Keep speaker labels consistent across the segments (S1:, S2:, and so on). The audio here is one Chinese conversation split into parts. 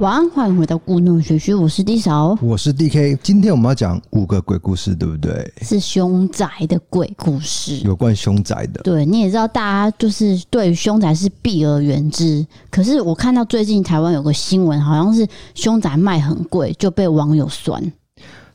S1: 晚安，欢迎回到故弄玄虚，我是哦地嫂，
S2: 我是 DK，今天我们要讲五个鬼故事，对不对？
S1: 是凶宅的鬼故事。
S2: 有关凶宅的，
S1: 对你也知道，大家就是对于凶宅是避而远之。可是我看到最近台湾有个新闻，好像是凶宅卖很贵，就被网友酸。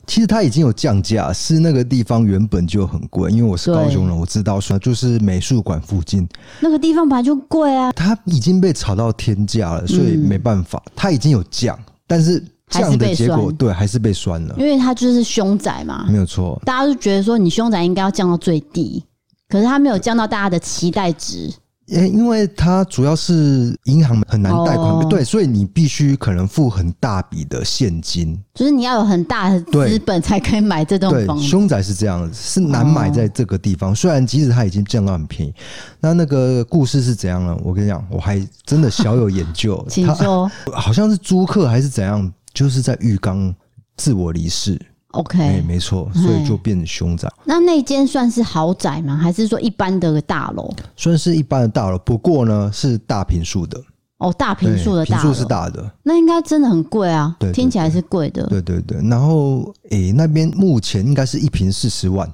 S2: 其实它已经有降价，是那个地方原本就很贵，因为我是
S1: 对
S2: 高雄人，我知道说就是美术馆附近，
S1: 那个地方本来就贵啊，
S2: 它已经被炒到天价了，所以
S1: 嗯
S2: 没办法，它已经有降，但是
S1: 还是
S2: 降
S1: 被
S2: 的结果
S1: 酸
S2: 对还是被酸了，
S1: 因为它就是凶宅嘛，
S2: 没有错。
S1: 大家就觉得说你凶宅应该要降到最低，可是它没有降到大家的期待值。
S2: 诶，因为它主要是银行很难贷款，
S1: 哦
S2: 对，所以你必须可能付很大笔的现金。
S1: 就是你要有很大的资本才可以买这栋
S2: 对，
S1: 房子，。
S2: 凶宅是这样子，是难买在这个地方。虽然即使它已经降到很便宜，那那个故事是怎样呢？我跟你讲，我还真的小有研 究
S1: 请
S2: 他
S1: 说。
S2: 好像是租客还是怎样，就是在浴缸自我离世，哎、
S1: OK，
S2: 没错，所以就变凶宅。
S1: 那那间算是豪宅吗？还是说一般的大楼？
S2: 虽然是一般的大楼，不过呢是大平数的，
S1: 哦，大平数的
S2: 对平
S1: 大楼嗯
S2: 数是大的，
S1: 那应该真的很贵啊，
S2: 对对
S1: 听起来是贵的
S2: 对对对。然后诶、那边目前应该是一平四十万，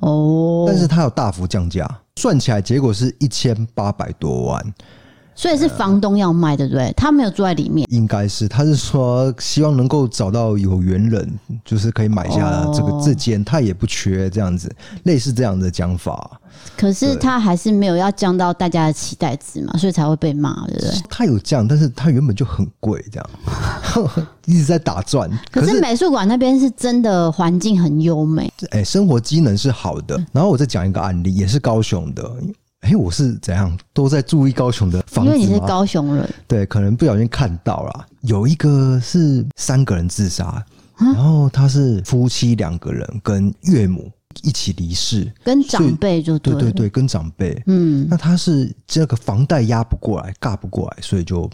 S1: 哦。
S2: 但是它有大幅降价，算起来结果是一千八百多万。
S1: 所以是房东要卖，对不对？他没有住在里面，
S2: 应该是，他是说希望能够找到有缘人，就是可以买下
S1: 哦
S2: 这个、这间，他也不缺这样子，类似这样的讲法。
S1: 可是他还是没有要降到大家的期待值嘛，所以才会被骂，对不对？
S2: 他有降，但是他原本就很贵，这样 一直在打转。
S1: 可
S2: 可
S1: 是
S2: 是，
S1: 美术馆那边是真的环境很优美，
S2: 哎、生活机能是好的。
S1: 嗯
S2: 然后我再讲一个案例，也是高雄的。哎、我是怎样都在注意高雄的房
S1: 因
S2: 子
S1: 为你是
S2: 吗
S1: 高雄人，
S2: 对，可能不小心看到了，有一个是三个人自
S1: 啊
S2: 杀，然后他是夫妻两个人跟岳母一起离世，
S1: 跟长辈就
S2: 对
S1: 了
S2: 对对，跟长辈。
S1: 嗯，
S2: 那他是这个房贷压不过来，尬不过来，所以就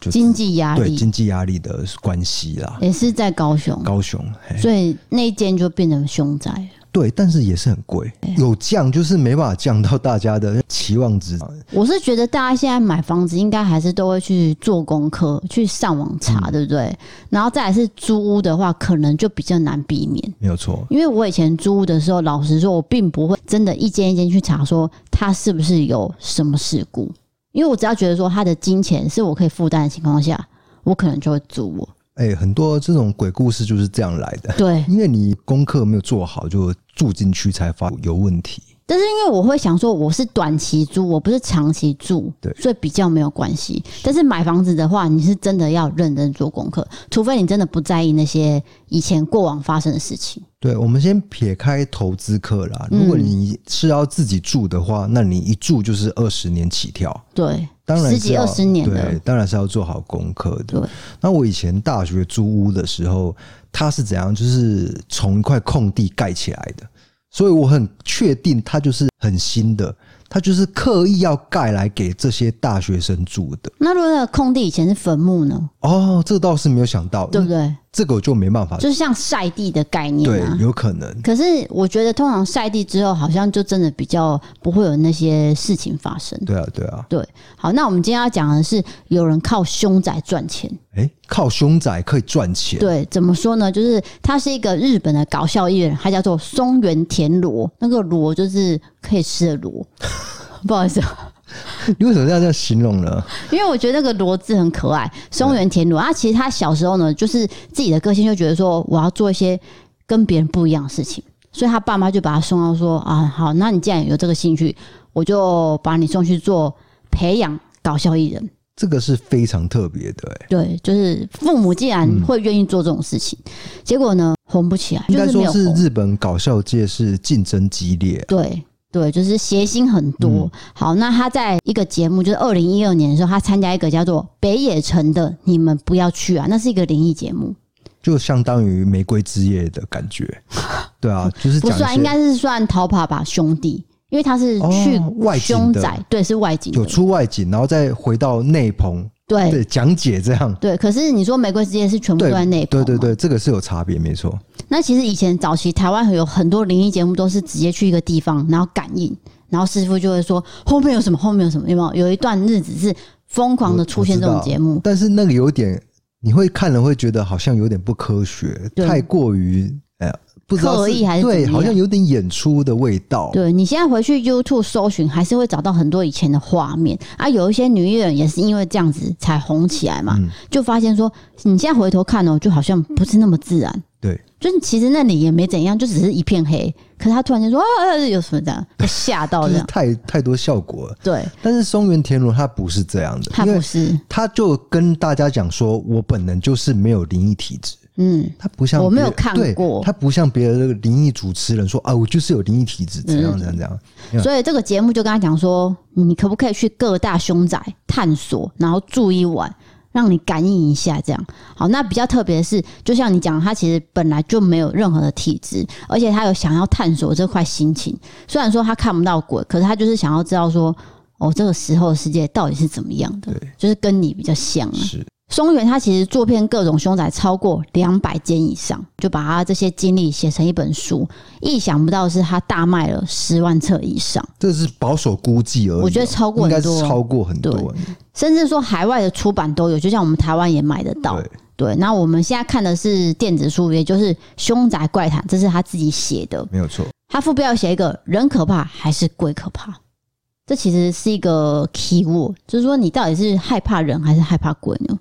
S2: 就
S1: 经济压
S2: 对
S1: 力
S2: 经济压力的关系啦。
S1: 也是在高雄，
S2: 高雄，嘿
S1: 所以那间就变成凶宅了。
S2: 对，但是也是很贵，
S1: 哎
S2: 有降就是没办法降到大家的期望值。
S1: 我是觉得大家现在买房子应该还是都会去做功课，去上网查，对不对？然后再来是租屋的话，可能就比较难避免。
S2: 没有错，
S1: 因为我以前租屋的时候，老实说，我并不会真的一间一间去查，说它是不是有什么事故。因为我只要觉得说它的金钱是我可以负担的情况下，我可能就会租我。
S2: 哎、很多这种鬼故事就是这样来的。
S1: 对，
S2: 因为你功课没有做好，就住进去才发有问题。
S1: 但是因为我会想说，我是短期租，我不是长期住，
S2: 对
S1: 所以比较没有关系。但是买房子的话，你是真的要认真做功课，除非你真的不在意那些以前过往发生的事情。
S2: 对，我们先撇开投资客啦。
S1: 嗯
S2: 如果你是要自己住的话，那你一住就是二十年起跳，
S1: 对，
S2: 当然
S1: 十
S2: 是
S1: 几
S2: 要
S1: 二十年
S2: 对
S1: 的，，
S2: 当然是要做好功课
S1: 对
S2: 的。那我以前大学租屋的时候，它是怎样？就是从一块空地盖起来的，所以我很确定它就是很新的，它就是刻意要盖来给这些大学生住的。
S1: 那如果那个空地以前是坟墓呢，
S2: 哦，这倒是没有想到，
S1: 对不对？
S2: 这个我就没办法
S1: 就是像晒地的概念
S2: 对
S1: 啊，。
S2: 有可能。
S1: 可是我觉得，通常晒地之后，好像就真的比较不会有那些事情发生。
S2: 对啊，对啊。
S1: 好，那我们今天要讲的是，有人靠凶宅赚钱。
S2: 哎、靠凶宅可以赚钱。
S1: 对，怎么说呢？就是他是一个日本的搞笑艺人，他叫做松原田螺，那个螺就是可以吃的 螺。不好意思，
S2: 你为什么要这样形容呢？
S1: 因为我觉得那个螺字很可爱，松原田螺。啊，其实他小时候呢，就是自己的个性就觉得说，我要做一些跟别人不一样的事情，所以他爸妈就把他送到说啊，好，那你既然有这个兴趣，我就把你送去做培养搞笑艺人。
S2: 这个是非常特别的、欸诶
S1: 对，就是父母既然会愿意做这种事情，结果呢，红不起来，
S2: 应
S1: 就
S2: 该
S1: 是没
S2: 说
S1: 有
S2: 是
S1: 红。
S2: 日本搞笑界是竞争激烈。
S1: 对对，就是谐星很多。
S2: 嗯
S1: 好，那他在一个节目，就是二零一二年的时候，他参加一个叫做北野城的“你们不要去啊”，那是一个灵异节目，
S2: 就相当于玫瑰之夜的感 觉，对啊，就是
S1: 不
S2: 讲
S1: 算，
S2: 一
S1: 应
S2: 些
S1: 该是算逃跑吧兄弟，因为他是
S2: 哦
S1: 去
S2: 外景
S1: 凶
S2: 的
S1: 宅，对，是外景
S2: 有
S1: 的，
S2: 出外景，然后再回到内棚，
S1: 对
S2: 对，讲解这样，
S1: 对。可是你说玫瑰之夜是全部都
S2: 对
S1: 在内部，
S2: 对对。对，这个是有差别，没错。
S1: 那其实以前早期台湾有很多灵异节目都是直接去一个地方，然后感应，然后师傅就会说后面有什么，后面有什么，有没有？有一段日子是疯狂的
S2: 我
S1: 出现这种节目，
S2: 但是那个有点你会看了会觉得好像有点不科学，
S1: 对
S2: 太过于哎呀，不知道
S1: 刻意还是
S2: 对，
S1: 怎么样
S2: 好像有点演出的味道。
S1: 对你现在回去 YouTube 搜寻，还是会找到很多以前的画面啊。有一些女艺人也是因为这样子才红起来嘛，就发现说你现在回头看哦，就好像不是那么自然。
S2: 对，
S1: 就是其实那里也没怎样，就只是一片黑。可是他突然间说啊，啊有什么这样，就吓到
S2: 就
S1: 这
S2: 是
S1: 样。
S2: 太太多效果了。
S1: 对，
S2: 但是松原田螺他不是这样的，
S1: 他
S2: 因
S1: 不
S2: 为
S1: 是，
S2: 他就跟大家讲说，我本人就是没有灵异体质，
S1: 嗯，
S2: 他不像
S1: 我没有
S2: 别
S1: 看
S2: 对
S1: 过
S2: 他不像别的那个灵异主持人说啊，我就是有灵异体质，怎样怎样怎样。嗯
S1: 所以这个节目就跟他讲说，你可不可以去各大凶宅探索，然后住一晚，让你感应一下这样。好，那比较特别的是，就像你讲，他其实本来就没有任何的体质，而且他有想要探索这块心情。虽然说他看不到鬼，可是他就是想要知道说，哦，这个时候的世界到底是怎么样的
S2: 对，嗯
S1: 就是跟你比较像啊。
S2: 是，
S1: 松原他其实作片各种凶宅超过两百间以上，就把他这些经历写成一本书。意想不到的是，他大卖了十万册以上，
S2: 这是保守估计而已哦。
S1: 我觉得超过
S2: 应该
S1: 很
S2: 是
S1: 多
S2: 超过很多。
S1: 甚至说海外的出版都有，就像我们台湾也买得到。
S2: 对，
S1: 对，那我们现在看的是电子书，也就是《凶宅怪谈》，这是他自己写的。
S2: 没有错。
S1: 他副标写一个“人可怕还是鬼可怕”，这其实是一个 key word，就是说你到底是害怕人还是害怕鬼呢？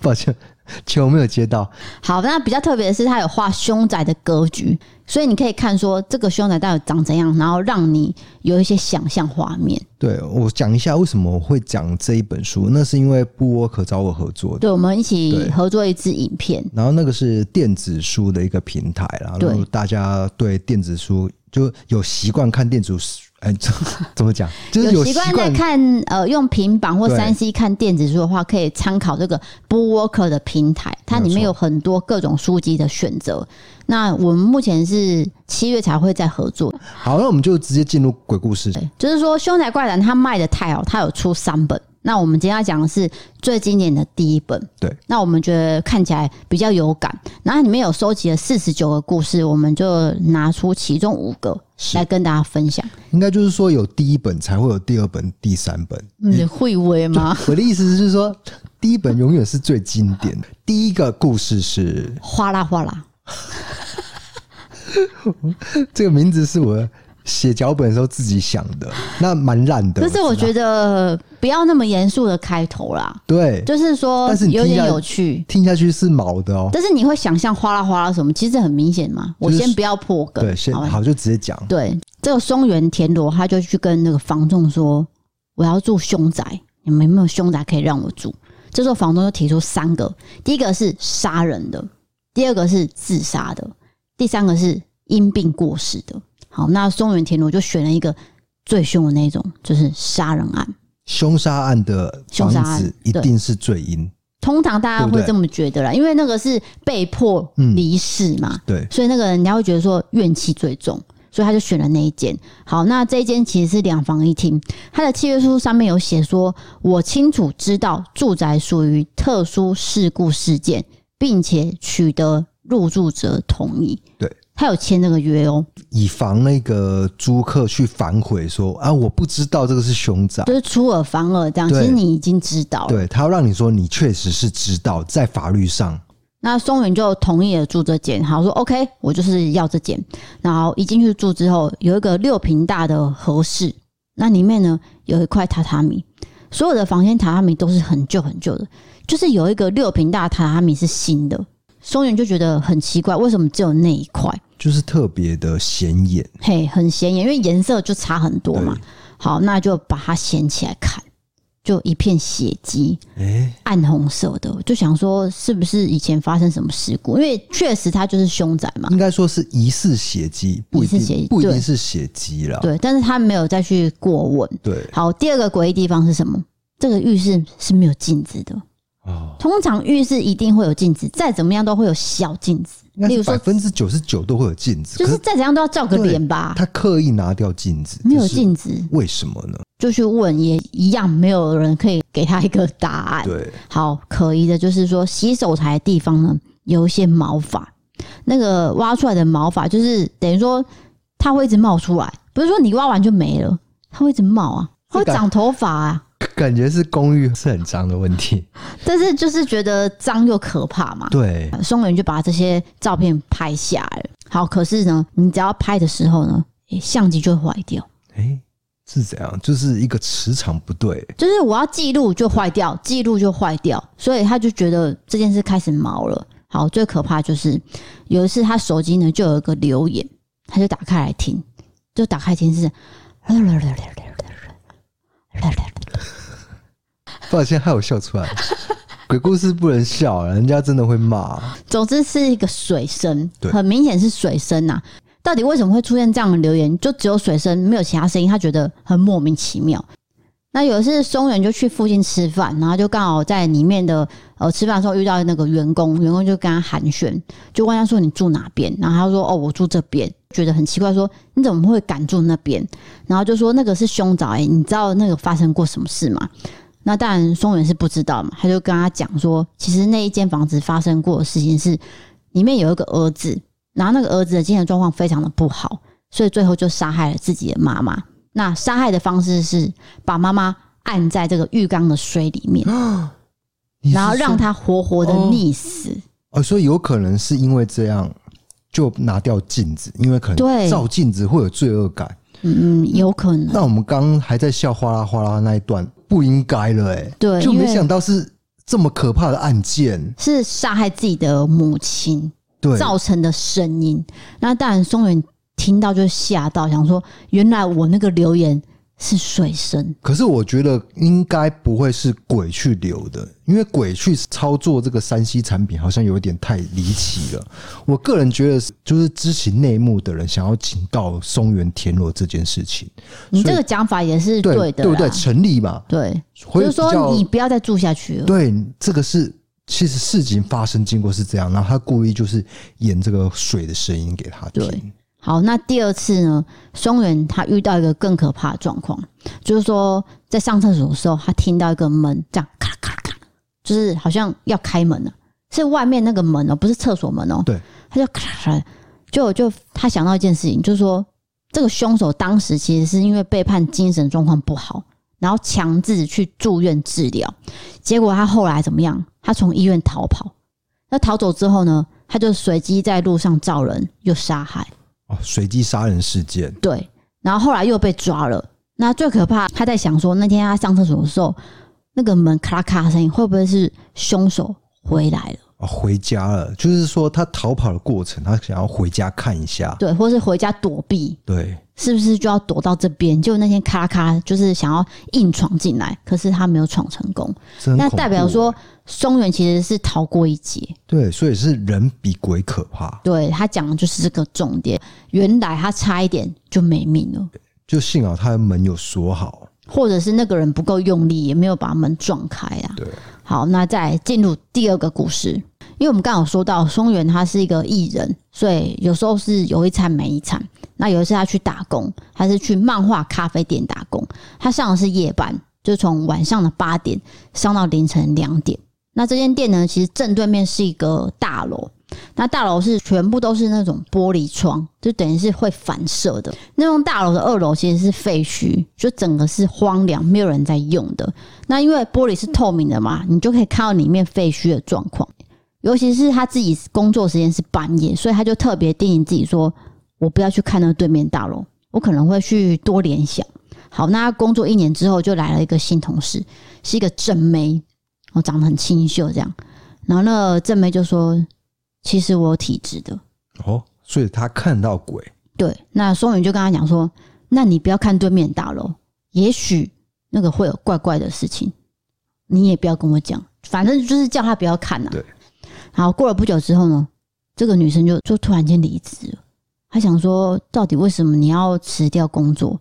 S2: 抱歉， 球没有接到。
S1: 好，那比较特别的是，它有画凶宅的格局，所以你可以看说这个凶宅到底长怎样，然后让你有一些想象画面。
S2: 对我讲一下为什么我会讲这一本书，那是因为布沃克找我合作的，
S1: 对，我们一起
S2: 对
S1: 合作一支影片，
S2: 然后那个是电子书的一个平台啦。
S1: 对
S2: 如果大家对电子书就有习惯看电子书，哎， 这怎么讲？就是
S1: 有
S2: 有
S1: 习
S2: 习
S1: 惯在
S2: 惯
S1: 看呃用平板或
S2: 对
S1: 三 C 看电子书的话，可以参考这个 Bookwalker 的平台，它里面有很多各种书籍的选择。那我们目前是七月才会再合作，
S2: 好，那我们就直接进入鬼故事。
S1: 对，就是说《凶宅怪谈》它卖的太好，它有出三本。那我们今天要讲的是最经典的第一本，
S2: 对。
S1: 那我们觉得看起来比较有感，然后里面有收集了四十九个故事，我们就拿出其中五个
S2: 是
S1: 来跟大家分享。
S2: 应该就是说有第一本才会有第二本、第三本。
S1: 嗯你会威吗？
S2: 我的意思是说，第一本永远是最经典的。第一个故事是
S1: 哗啦哗啦，
S2: 这个名字是我写脚本的时候自己想的，那蛮烂的。
S1: 可是我觉得不要那么严肃的开头啦，
S2: 对，
S1: 就是说
S2: 但是你
S1: 有
S2: 听
S1: 点
S2: 下
S1: 有趣。
S2: 听下去是毛的哦。
S1: 但是你会想象哗啦哗啦什么？其实很明显嘛。我
S2: 就是
S1: 先不要破梗，
S2: 对，先
S1: 好吧
S2: 好就直接讲。
S1: 对，这个松原田螺他就去跟那个房仲说：“我要住凶宅，你们有没有凶宅可以让我住？”这时候房东就提出三个：第一个是杀人的，第二个是自杀的，第三个是因病过世的。好，那松原田螺就选了一个最凶的那种，就是杀人案。
S2: 凶杀案的
S1: 凶
S2: 房
S1: 杀案
S2: 子一定是最阴，
S1: 通常大家
S2: 对不
S1: 会
S2: 对嗯
S1: 这么觉得啦，因为那个是被迫离世嘛，
S2: 对，
S1: 所以那个人家会觉得说怨气最重，所以他就选了那一间。好，那这一间其实是两房一厅，他的契约书上面有写说，我清楚知道住宅属于特殊事故事件，并且取得入住者同意。
S2: 对，
S1: 他有签这个约哦，
S2: 以防那个租客去反悔说啊，我不知道这个是凶宅
S1: 就。是出尔反尔这样。其
S2: 对
S1: 实你已经知道了，
S2: 对他要让你说你确实是知道，在法律上
S1: 那松原就同意了住这间，好说 OK，我就是要这间。然后一进去住之后，有一个六平大的和室，那里面呢有一块榻榻米，所有的房间榻榻米都是很旧很旧的，就是有一个六平大的榻榻米是新的。松原就觉得很奇怪，为什么只有那一块？
S2: 就是特别的显眼。
S1: 嘿，很显眼，因为颜色就差很多嘛
S2: 对。
S1: 好，那就把它掀起来看，就一片血迹。
S2: 哎、
S1: 暗红色的，就想说是不是以前发生什么事故？因为确实它就是凶宅嘛，
S2: 应该说是疑似血迹，不一
S1: 疑似血迹
S2: 定不一
S1: 对
S2: 定是血迹啦。
S1: 对，但是他没有再去过问。
S2: 对
S1: 好，第二个诡异地方是什么？这个浴室是没有镜子的，
S2: 哦，
S1: 通常浴室一定会有镜子，再怎么样都会有小镜子，
S2: 应该
S1: 例如
S2: 是
S1: 说
S2: 百分之九十九都会有镜子，
S1: 就
S2: 可
S1: 是
S2: 是
S1: 再怎样都要照个
S2: 对
S1: 脸吧。
S2: 他刻意拿掉镜子，
S1: 没有
S2: 这是
S1: 镜子
S2: 为什么呢？
S1: 就去问，也一样没有人可以给他一个答案。
S2: 对，
S1: 好，可疑的就是说洗手台的地方呢，有一些毛发，那个挖出来的毛发就是等于说它会一直冒出来，不是说你挖完就没了，它会一直冒啊，它会
S2: 这个
S1: 长头发啊，
S2: 感觉是公寓是很脏的问题。
S1: 但是就是觉得脏又可怕嘛。
S2: 对，
S1: 松原就把这些照片拍下来了。好，可是呢，你只要拍的时候呢，诶相机就会坏掉。
S2: 哎、是怎样？就是一个磁场不对，
S1: 就是我要记录就坏掉，记录就坏掉，所以他就觉得这件事开始毛了。好，最可怕就是有一次他手机呢就有一个留言，他就打开来听，就打开听是，
S2: 不然现在害我笑出 来。鬼故事不能笑啊，人家真的会骂。
S1: 总之是一个水声，
S2: 对
S1: 很明显是水声呐、到底为什么会出现这样的留言？就只有水声，没有其他声音，他觉得很莫名其妙。那有一次，松原就去附近吃饭，然后就刚好在里面的呃吃饭的时候遇到那个员工，员工就跟他寒暄，就问他说你住哪边？然后他说哦我住这边，觉得很奇怪说你怎么会敢住那边？然后就说那个是凶宅、欸，你知道那个发生过什么事吗？那当然，松原是不知道嘛，他就跟他讲说，其实那一间房子发生过的事情是，里面有一个儿子，然后那个儿子的精神状况非常的不好，所以最后就杀害了自己的妈妈。那杀害的方式是把妈妈按在这个浴缸的水里面，
S2: 你是
S1: 然后让
S2: 说
S1: 她活活的
S2: 哦
S1: 溺死。
S2: 哦，所以有可能是因为这样就拿掉镜子，因为可
S1: 对
S2: 能照镜子会有罪恶感。
S1: 嗯嗯，有可能。
S2: 那我们刚刚还在笑哗啦哗啦那一段不应该了、欸，哎，
S1: 对，
S2: 就
S1: 因
S2: 没
S1: 为
S2: 想到是这么可怕的案件。
S1: 是杀害自己的母亲。
S2: 对，
S1: 造成的声音。那当然，松原听到就吓到，想说原来我那个留言是水声。
S2: 可是我觉得应该不会是鬼去留的，因为鬼去操作这个山西产品好像有一点太离奇了。我个人觉得，就是知情内幕的人想要警告松原田螺这件事 情，
S1: 你
S2: 所以
S1: 这个讲法也是
S2: 对
S1: 的
S2: 对
S1: 啦，
S2: 不对？成立嘛？
S1: 对
S2: 会
S1: 就是
S2: 比较
S1: 说你不要再住下去了。
S2: 对，这个是其实事情发生经过是这样，然后他故意就是演这个水的声音给他
S1: 对
S2: 听。
S1: 好，那第二次呢？松原他遇到一个更可怕的状况，就是说在上厕所的时候，他听到一个门这样咔啦咔啦咔啦，就是好像要开门了、是外面那个门哦、不是厕所门哦、
S2: 对，
S1: 他就咔啦咔啦，就就他想到一件事情，就是说这个凶手当时其实是因为被判精神状况不好，然后强制去住院治疗，结果他后来怎么样？他从医院逃跑，那逃走之后呢？他就随机在路上造人，又杀害。
S2: 哦，随机杀人事件，
S1: 对，然后后来又被抓了。那最可怕，他在想说，那天他上厕所的时候，那个门咔啦咔啦的声音，会不会是凶手回来了？
S2: 哦，回家了，就是说他逃跑的过程，他想要回家看一下。
S1: 对，或是回家躲避，
S2: 对，
S1: 是不是就要躲到这边？就那天咔啦咔啦，就是想要硬闯进来，可是他没有闯成功。
S2: 这很
S1: 那
S2: 恐
S1: 代表
S2: 怖欸
S1: 说，松原其实是逃过一劫。
S2: 对，所以是人比鬼可怕。
S1: 对他讲的就是这个重点。原来他差一点就没命了，
S2: 就幸好他的门有锁好，
S1: 或者是那个人不够用力，也没有把门撞开啊。
S2: 对，
S1: 好，那再进入第二个故事，因为我们刚好说到松原他是一个艺人，所以有时候是有一餐没一餐。那有一次他去打工，他是去漫画咖啡店打工，他上的是夜班，就从晚上的八点上到凌晨两点。那这间店呢，其实正对面是一个大楼，那大楼是全部都是那种玻璃窗，就等于是会反射的。那栋大楼的二楼其实是废墟，就整个是荒凉，没有人在用的。那因为玻璃是透明的嘛，你就可以看到里面废墟的状况。尤其是他自己工作时间是半夜，所以他就特别叮咛自己说：“我不要去看那对面大楼，我可能会去多联想。”好，那他工作一年之后，就来了一个新同事，是一个正妹，哦，长得很清秀这样。然后那个正妹就说：“其实我有体质的。
S2: 哦，所以他看到鬼，”
S1: 对，那松原就跟他讲说：“那你不要看对面大楼，也许那个会有怪怪的事情，你也不要跟我讲，反正就是叫他不要看呐、
S2: 对。
S1: 好，过了不久之后呢，这个女生就就突然间离职了。她想说，到底为什么你要辞掉工作？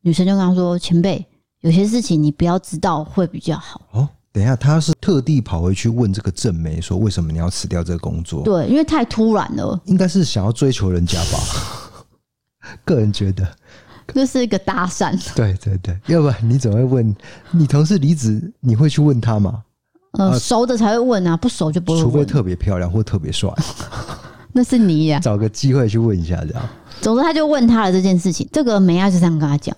S1: 女生就跟她说：“前辈，有些事情你不要知道会比较好。”
S2: 哦，等一下，他是特地跑回去问这个正梅说，为什么你要辞掉这个工作？
S1: 对，因为太突然了，
S2: 应该是想要追求人家吧， 个人觉得，
S1: 就是一个搭讪。
S2: 对对对，要不然你怎么会问你同事离职，你会去问他吗？
S1: 呃，熟的才会问啊，不熟就不会
S2: 除非
S1: 问。
S2: 特别漂亮或特别帅，
S1: 那是你呀、
S2: 找个机会去问一下这样。
S1: 总之，他就问他了这件事情。这个梅亚就这样跟他讲，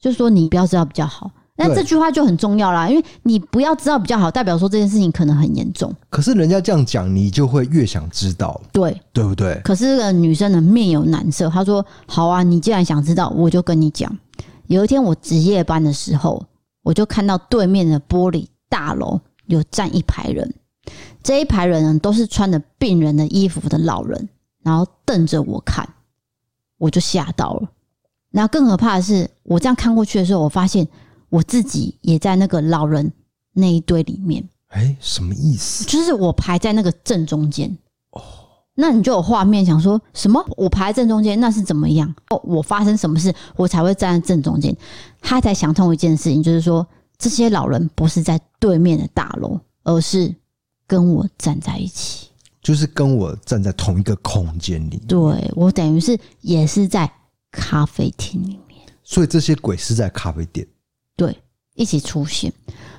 S1: 就说你不要知道比较好。那
S2: 对
S1: 这句话就很重要啦，因为你不要知道比较好，代表说这件事情可能很严重。
S2: 可是人家这样讲，你就会越想知道，
S1: 对，
S2: 对不对？
S1: 可是呃女生呢面有难色，她说：“好啊，你既然想知道，我就跟你讲。”有一天我值夜班的时候，我就看到对面的玻璃大楼有站一排人，这一排人呢都是穿着病人的衣服的老人，然后瞪着我看，我就吓到了。那更可怕的是，我这样看过去的时候，我发现我自己也在那个老人那一堆里面。
S2: 哎，什么意思？
S1: 就是我排在那个正中间。那你就有画面，想说什么？我排在正中间，那是怎么样？哦，我发生什么事，我才会站在正中间？他才想通一件事情，就是说这些老人不是在对面的大楼，而是跟我站在一起。
S2: 就是跟我站在同一个空间里，
S1: 对我等于是也是在咖啡厅里面
S2: 所以这些鬼是在咖啡店。
S1: 一起出现。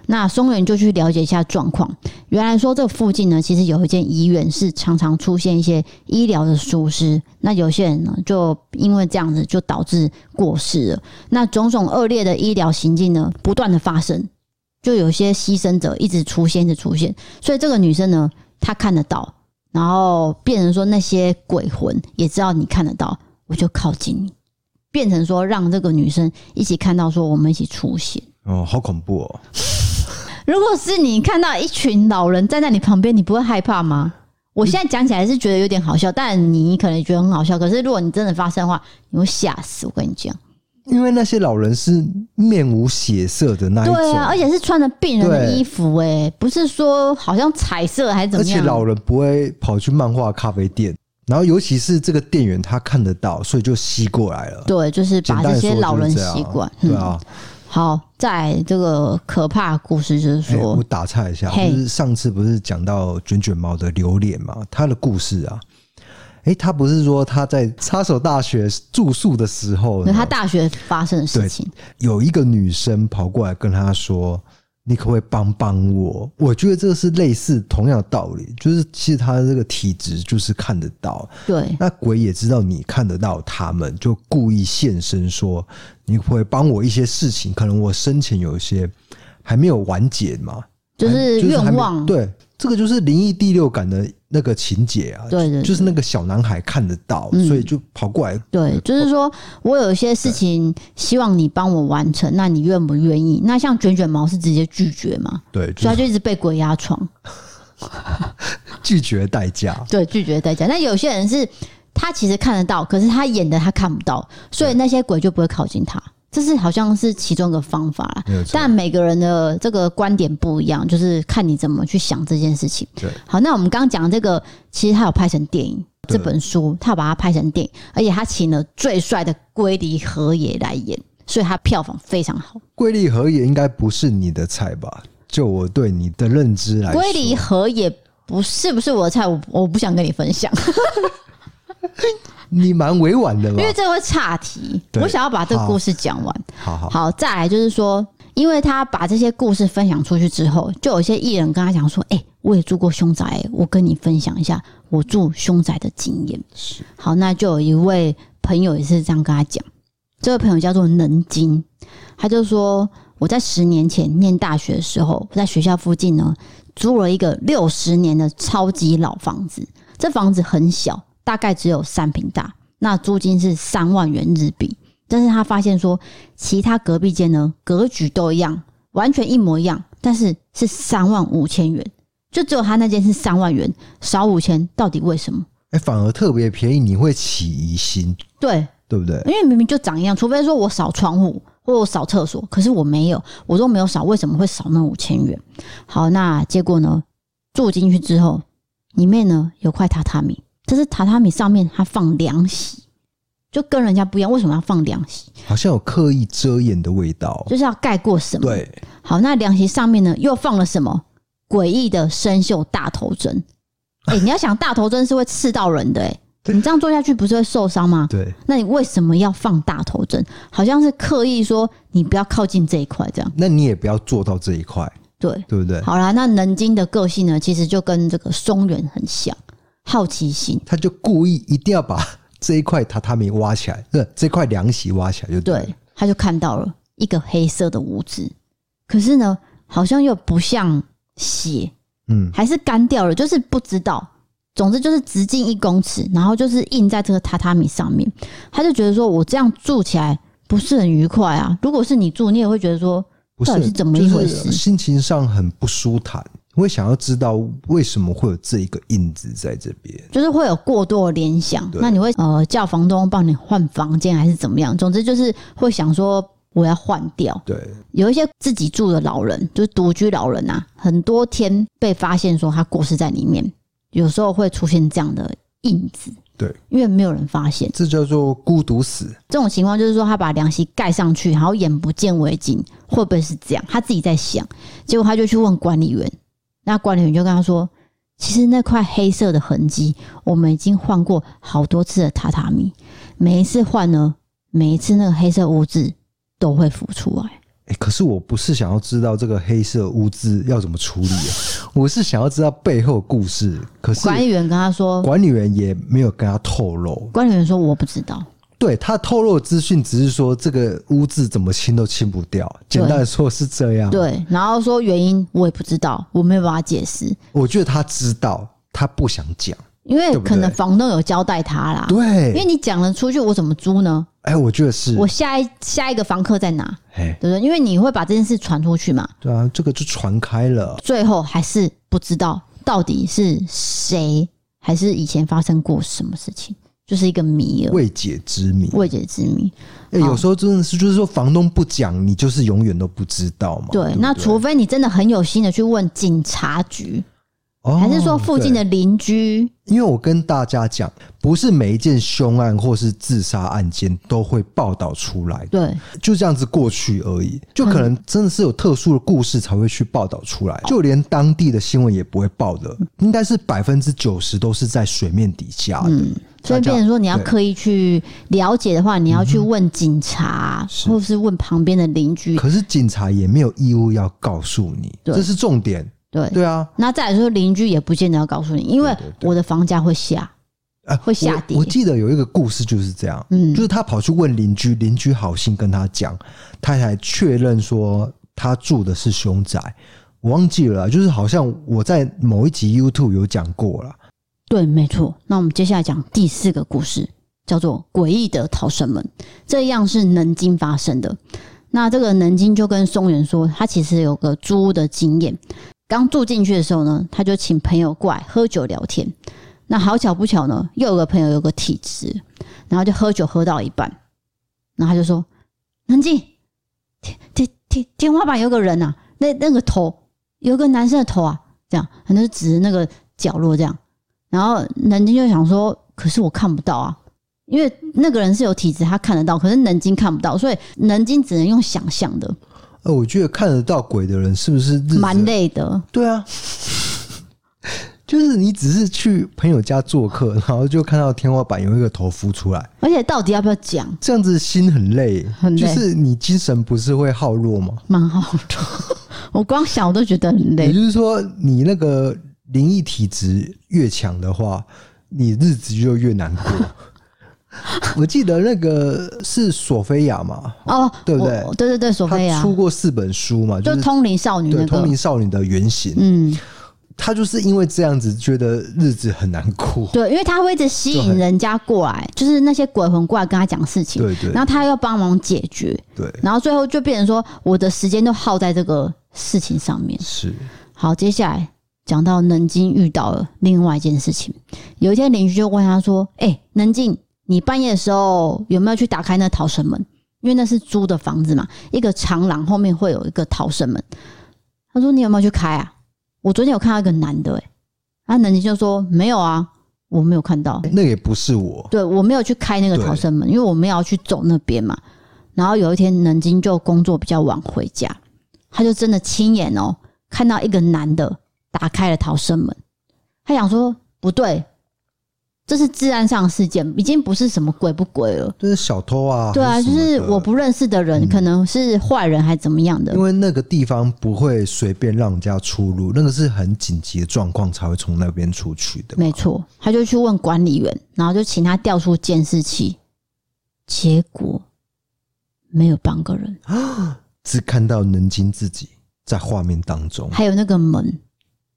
S1: 那松原就去了解一下状况。原来说这附近呢，其实有一间医院是常常出现一些医疗的疏失，那有些人呢就因为这样子就导致过世了。那种种恶劣的医疗行径呢，不断的发生，就有些牺牲者一直出现，一直出现。所以这个女生呢，她看得到，然后变成说那些鬼魂也知道你看得到，我就靠近你，变成说让这个女生一起看到，说我们一起出现。
S2: 哦，好恐怖哦！
S1: 如果是你看到一群老人站在你旁边，你不会害怕吗？我现在讲起来是觉得有点好笑，但你可能觉得很好笑。可是如果你真的发生的话，你会吓死。我跟你讲，
S2: 因为那些老人是面无血色的那一种，
S1: 对啊，而且是穿着病人的
S2: 对
S1: 衣服、欸，不是说好像彩色还是怎
S2: 而
S1: 么
S2: 且
S1: 样？
S2: 老人不会跑去漫画咖啡店，然后尤其是这个店员他看得到，所以就吸过来了。
S1: 对，就是
S2: 简
S1: 把
S2: 单
S1: 这
S2: 地
S1: 些
S2: 说
S1: 老
S2: 就
S1: 人
S2: 是这样啊
S1: 习惯。嗯
S2: 对啊。
S1: 好，在这个可怕的故事就是
S2: 哎
S1: 说
S2: 我，打岔一下，
S1: 嘿
S2: 就是上次不是讲到卷卷毛的榴莲嘛，他的故事啊，哎、他不是说他在插手大学住宿的时候呢，
S1: 他大学发生的事
S2: 对
S1: 情，
S2: 有一个女生跑过来跟他说：“你可不可以帮帮我？”我觉得这个是类似同样的道理，就是其实他的这个体质就是看得到，
S1: 对
S2: 那鬼也知道你看得到他们，就故意现身说：“你可不可以帮我一些事情？可能我生前有一些还没有完结嘛，
S1: 就是
S2: 还哎还没
S1: 愿望，
S2: 对，这个就是灵异第六感的那个情节啊，
S1: 对对
S2: 就是那个小男孩看得到，
S1: 嗯
S2: 所以就跑过来。
S1: 对，
S2: 哦
S1: 就是说我有一些事情希望你帮我完成，那你愿不愿意？那像卷卷毛是直接拒绝嘛，所
S2: 对，就
S1: 以他
S2: 是
S1: 就一直被鬼压床，
S2: 拒绝代价。
S1: 对，拒绝代价。那有些人是他其实看得到，可是他演的他看不到，所以那些鬼就不会靠近他。这是好像是其中一个方法啦
S2: 没有，错
S1: 但每个人的这个观点不一样，就是看你怎么去想这件事情。
S2: 对，
S1: 好，那我们刚刚讲这个，其实他有拍成电影，这
S2: 对
S1: 本书他有把它拍成电影，而且他请了最帅的龟梨和也来演，所以他票房非常好。
S2: 龟梨和也应该不是你的菜吧？就我对你的认知来说，
S1: 龟梨和也不是不是我的菜，我我不想跟你分享，
S2: 你蛮委婉的吧
S1: 因？为这会岔题。
S2: 对
S1: 我想要把这个
S2: 好
S1: 故事讲完。
S2: 好好，
S1: 好，再来就是说，因为他把这些故事分享出去之后，就有一些艺人跟他讲说：“哎、我也住过凶宅、我跟你分享一下我住凶宅的经验。”
S2: 是
S1: 好，那就有一位朋友也是这样跟他讲，这位朋友叫做能金，他就说我在十年前念大学的时候，我在学校附近呢租了一个六十年的超级老房子，这房子很小，大概只有三平大，那租金是三万元日币。但是他发现说，其他隔壁间呢格局都一样，完全一模一样，但是是三万五千元，就只有他那间是三万元，少五千，到底为什么？
S2: 哎、反而特别便宜，你会起疑心，
S1: 对，
S2: 对不对？
S1: 因为明明就长一样，除非说我扫窗户或我扫厕所，可是我没有，我都没有扫，为什么会少那五千元？好，那结果呢？住进去之后，里面呢有块榻榻米，但是榻榻米上面它放凉席，就跟人家不一样。为什么要放凉席？
S2: 好像有刻意遮掩的味道。
S1: 就是要盖过什么？
S2: 对，
S1: 好，那凉席上面呢又放了什么？诡异的生锈大头 针。哎、你要想大头针是会刺到人的、欸，
S2: 对
S1: 你这样做下去不是会受伤吗？
S2: 对，
S1: 那你为什么要放大头针？好像是刻意说你不要靠近这一块，这样
S2: 那你也不要做到这一块，
S1: 对。
S2: 对不对？
S1: 好啦，那能金的个性呢，其实就跟这个松原很像，好奇心。
S2: 他就故意一定要把这一块榻榻米呃挖起来，不是这块凉席挖起来就对了。
S1: 对，他就看到了一个黑色的物质，可是呢，好像又不像血，
S2: 嗯，
S1: 还是干掉了，就是不知道。总之就是直径一公尺，然后就是印在这个榻榻米上面。他就觉得说，我这样住起来不是很愉快啊。如果是你住，你也会觉得说，
S2: 不
S1: 到底
S2: 是
S1: 是怎么一回事
S2: 就是心情上很不舒坦，会想要知道为什么会有这一个印子在这边。
S1: 就是会有过多的联想。
S2: 对
S1: 那你会呃叫房东帮你换房间还是怎么样？总之就是会想说我要换掉。
S2: 对，
S1: 有一些自己住的老人，就是独居老人啊，很多天被发现说他过世在里面，有时候会出现这样的印子。
S2: 对，
S1: 因为没有人发现
S2: 这叫做孤独死。
S1: 这种情况，就是说他把凉席盖上去，然后眼不见为净，会不会是这样？他自己在想，结果他就去问管理员，那管理员就跟他说，其实那块黑色的痕迹，我们已经换过好多次的榻榻米，每一次换呢，每一次那个黑色污渍都会浮出来。
S2: 哎、可是我不是想要知道这个黑色污渍要怎么处理、啊我是想要知道背后的故事。可是
S1: 管理员跟他说，
S2: 管理员也没有跟他透露，
S1: 管理员说我不知道，
S2: 对他透露的资讯只是说这个污渍怎么清都清不掉，简单的说是这样。，
S1: 对，然后说原因我也不知道，我没有办法解释，
S2: 我觉得他知道，他不想讲。
S1: 因为
S2: 对不对
S1: 可能房东有交代他啦。啊因为
S2: 对，
S1: 你讲了出去，我怎么租呢？
S2: 哎、我觉得是
S1: 我，下一下一个房客在哪？
S2: 哎、
S1: 对不对？因为你会把这件事传出去嘛，
S2: 对啊，这个就传开了。
S1: 最后还是不知道到底是谁，还是以前发生过什么事情，就是一个谜了，
S2: 未解之谜，
S1: 未解之谜。
S2: 哎、
S1: 好
S2: 有时候真的是，就是说房东不讲，你就是永远都不知道嘛。
S1: 对，
S2: 不
S1: 那除非你真的很有心的去问警察局，
S2: 哦
S1: 还是说附近的邻居，
S2: 因为我跟大家讲，不是每一件凶案或是自杀案件都会报道出来，
S1: 对，嗯
S2: 就这样子过去而已。就可能真的是有特殊的故事才会去报道出
S1: 嗯
S2: 来，就连当地的新闻也不会报的，应该是百分之九十都是在水面底下的。
S1: 所以
S2: 大家
S1: 变成说，你要
S2: 对
S1: 刻意去了解的话，你要去问警察，
S2: 是
S1: 或嗯是问旁边的邻居。
S2: 可是警察也没有义务要告诉你，
S1: 对
S2: 这是重点。
S1: 对，
S2: 对啊，
S1: 那再来说，邻居也不见得要告诉你，因为
S2: 对对对
S1: 我的房价会下，
S2: 啊，
S1: 会下跌
S2: 我。我记得有一个故事就是这样，
S1: 嗯
S2: 就是他跑去问邻居，邻居好心跟他讲，他才确认说他住的是凶宅。我忘记了啦，就是好像我在某一集 YouTube 有讲过了。
S1: 对，没错。那我们接下来讲第四个故事，叫做《诡异的逃生门》，这样是南京发生的。那这个南京就跟松原说，他其实有个租屋的经验。刚住进去的时候呢，他就请朋友过来喝酒聊天。那好巧不巧呢，又有个朋友有个体质，然后就喝酒喝到一半，然后他就说：“南京，天天天天花板有个人啊，那那个头有个男生的头啊，这样，他就指着那个角落这样。”然后南京就想说，可是我看不到啊，因为那个人是有体质，他看得到，可是南京看不到，所以南京只能用想象的，
S2: 呃，我觉得看得到鬼的人是不是日子
S1: 蛮？累的。
S2: 对啊， 就是你只是去朋友家做客，然后就看到天花板有一个头浮出来，
S1: 而且到底要不要讲，
S2: 这样子心很累，
S1: 很累
S2: 就是你精神不是会耗弱吗？
S1: 蛮好的。 我光想我都觉得很
S2: 也
S1: 累。
S2: 就是说，你那个灵异体质越强的话，你日子就越 难过。我记得那个是索菲亚嘛，
S1: 哦，
S2: 对不对
S1: 我对对对，索菲
S2: 她
S1: 亚
S2: 出过四本书嘛，
S1: 就
S2: 就是
S1: 通灵少女
S2: 对
S1: 那
S2: 《通
S1: 个
S2: 灵，少女的原型》
S1: 嗯，
S2: 她就是因为这样子，觉得日子很难过。
S1: 对，因为他会一直吸
S2: 就
S1: 引
S2: 很
S1: 人家过来，就是那些鬼魂过来跟他讲事情，
S2: 对对
S1: 然后他要帮忙解决，
S2: 对，
S1: 然后最后就变成说，我的时间都耗在这个事情上面。
S2: 是
S1: 好，接下来讲到南京遇到了另外一件事情。有一天邻居就问他说：“哎、南京，你半夜的时候有没有去打开那逃生门？因为那是租的房子嘛，一个长廊后面会有一个逃生门。”他说：“你有没有去开啊？我昨天有看到一个男的、欸，哎，然后南京就说没有啊，我没有看到。”
S2: 那也不是我，
S1: 对我没有去开那个
S2: 对
S1: 逃生门，因为我们要去走那边嘛。然后有一天，南京就工作比较晚回家，他就真的亲眼哦看到一个男的打开了逃生门，他想说不对，这是治安上的事件，已经不是什么鬼不鬼了。
S2: 就是小偷啊。
S1: 对啊，
S2: 还
S1: 就是
S2: 什么
S1: 是
S2: 的嗯
S1: 我不认识的人，可能是坏人还怎么样的
S2: 因。为那个地方不会随便让人家出入，那个是很紧急的状况才会从那边出去的嘛。
S1: 没错，他就去问管理员，然后就请他调出监视器，结果没有半个人。
S2: 啊只看到能金自己。在画面当中
S1: 还有那个门，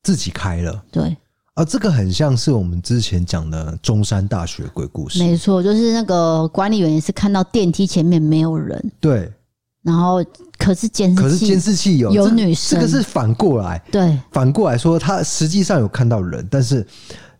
S2: 自己开了。
S1: 对，
S2: 啊，这个很像是我们之前讲的中山大学鬼故事，
S1: 没错，就是那个管理员也是看到电梯前面没有人，
S2: 对。
S1: 然后可是监
S2: 可
S1: 视
S2: 是
S1: 器
S2: 监视器有
S1: 有
S2: 这
S1: 女生
S2: 这个是反过来，
S1: 对
S2: 反过来说，他实际上有看到人，但是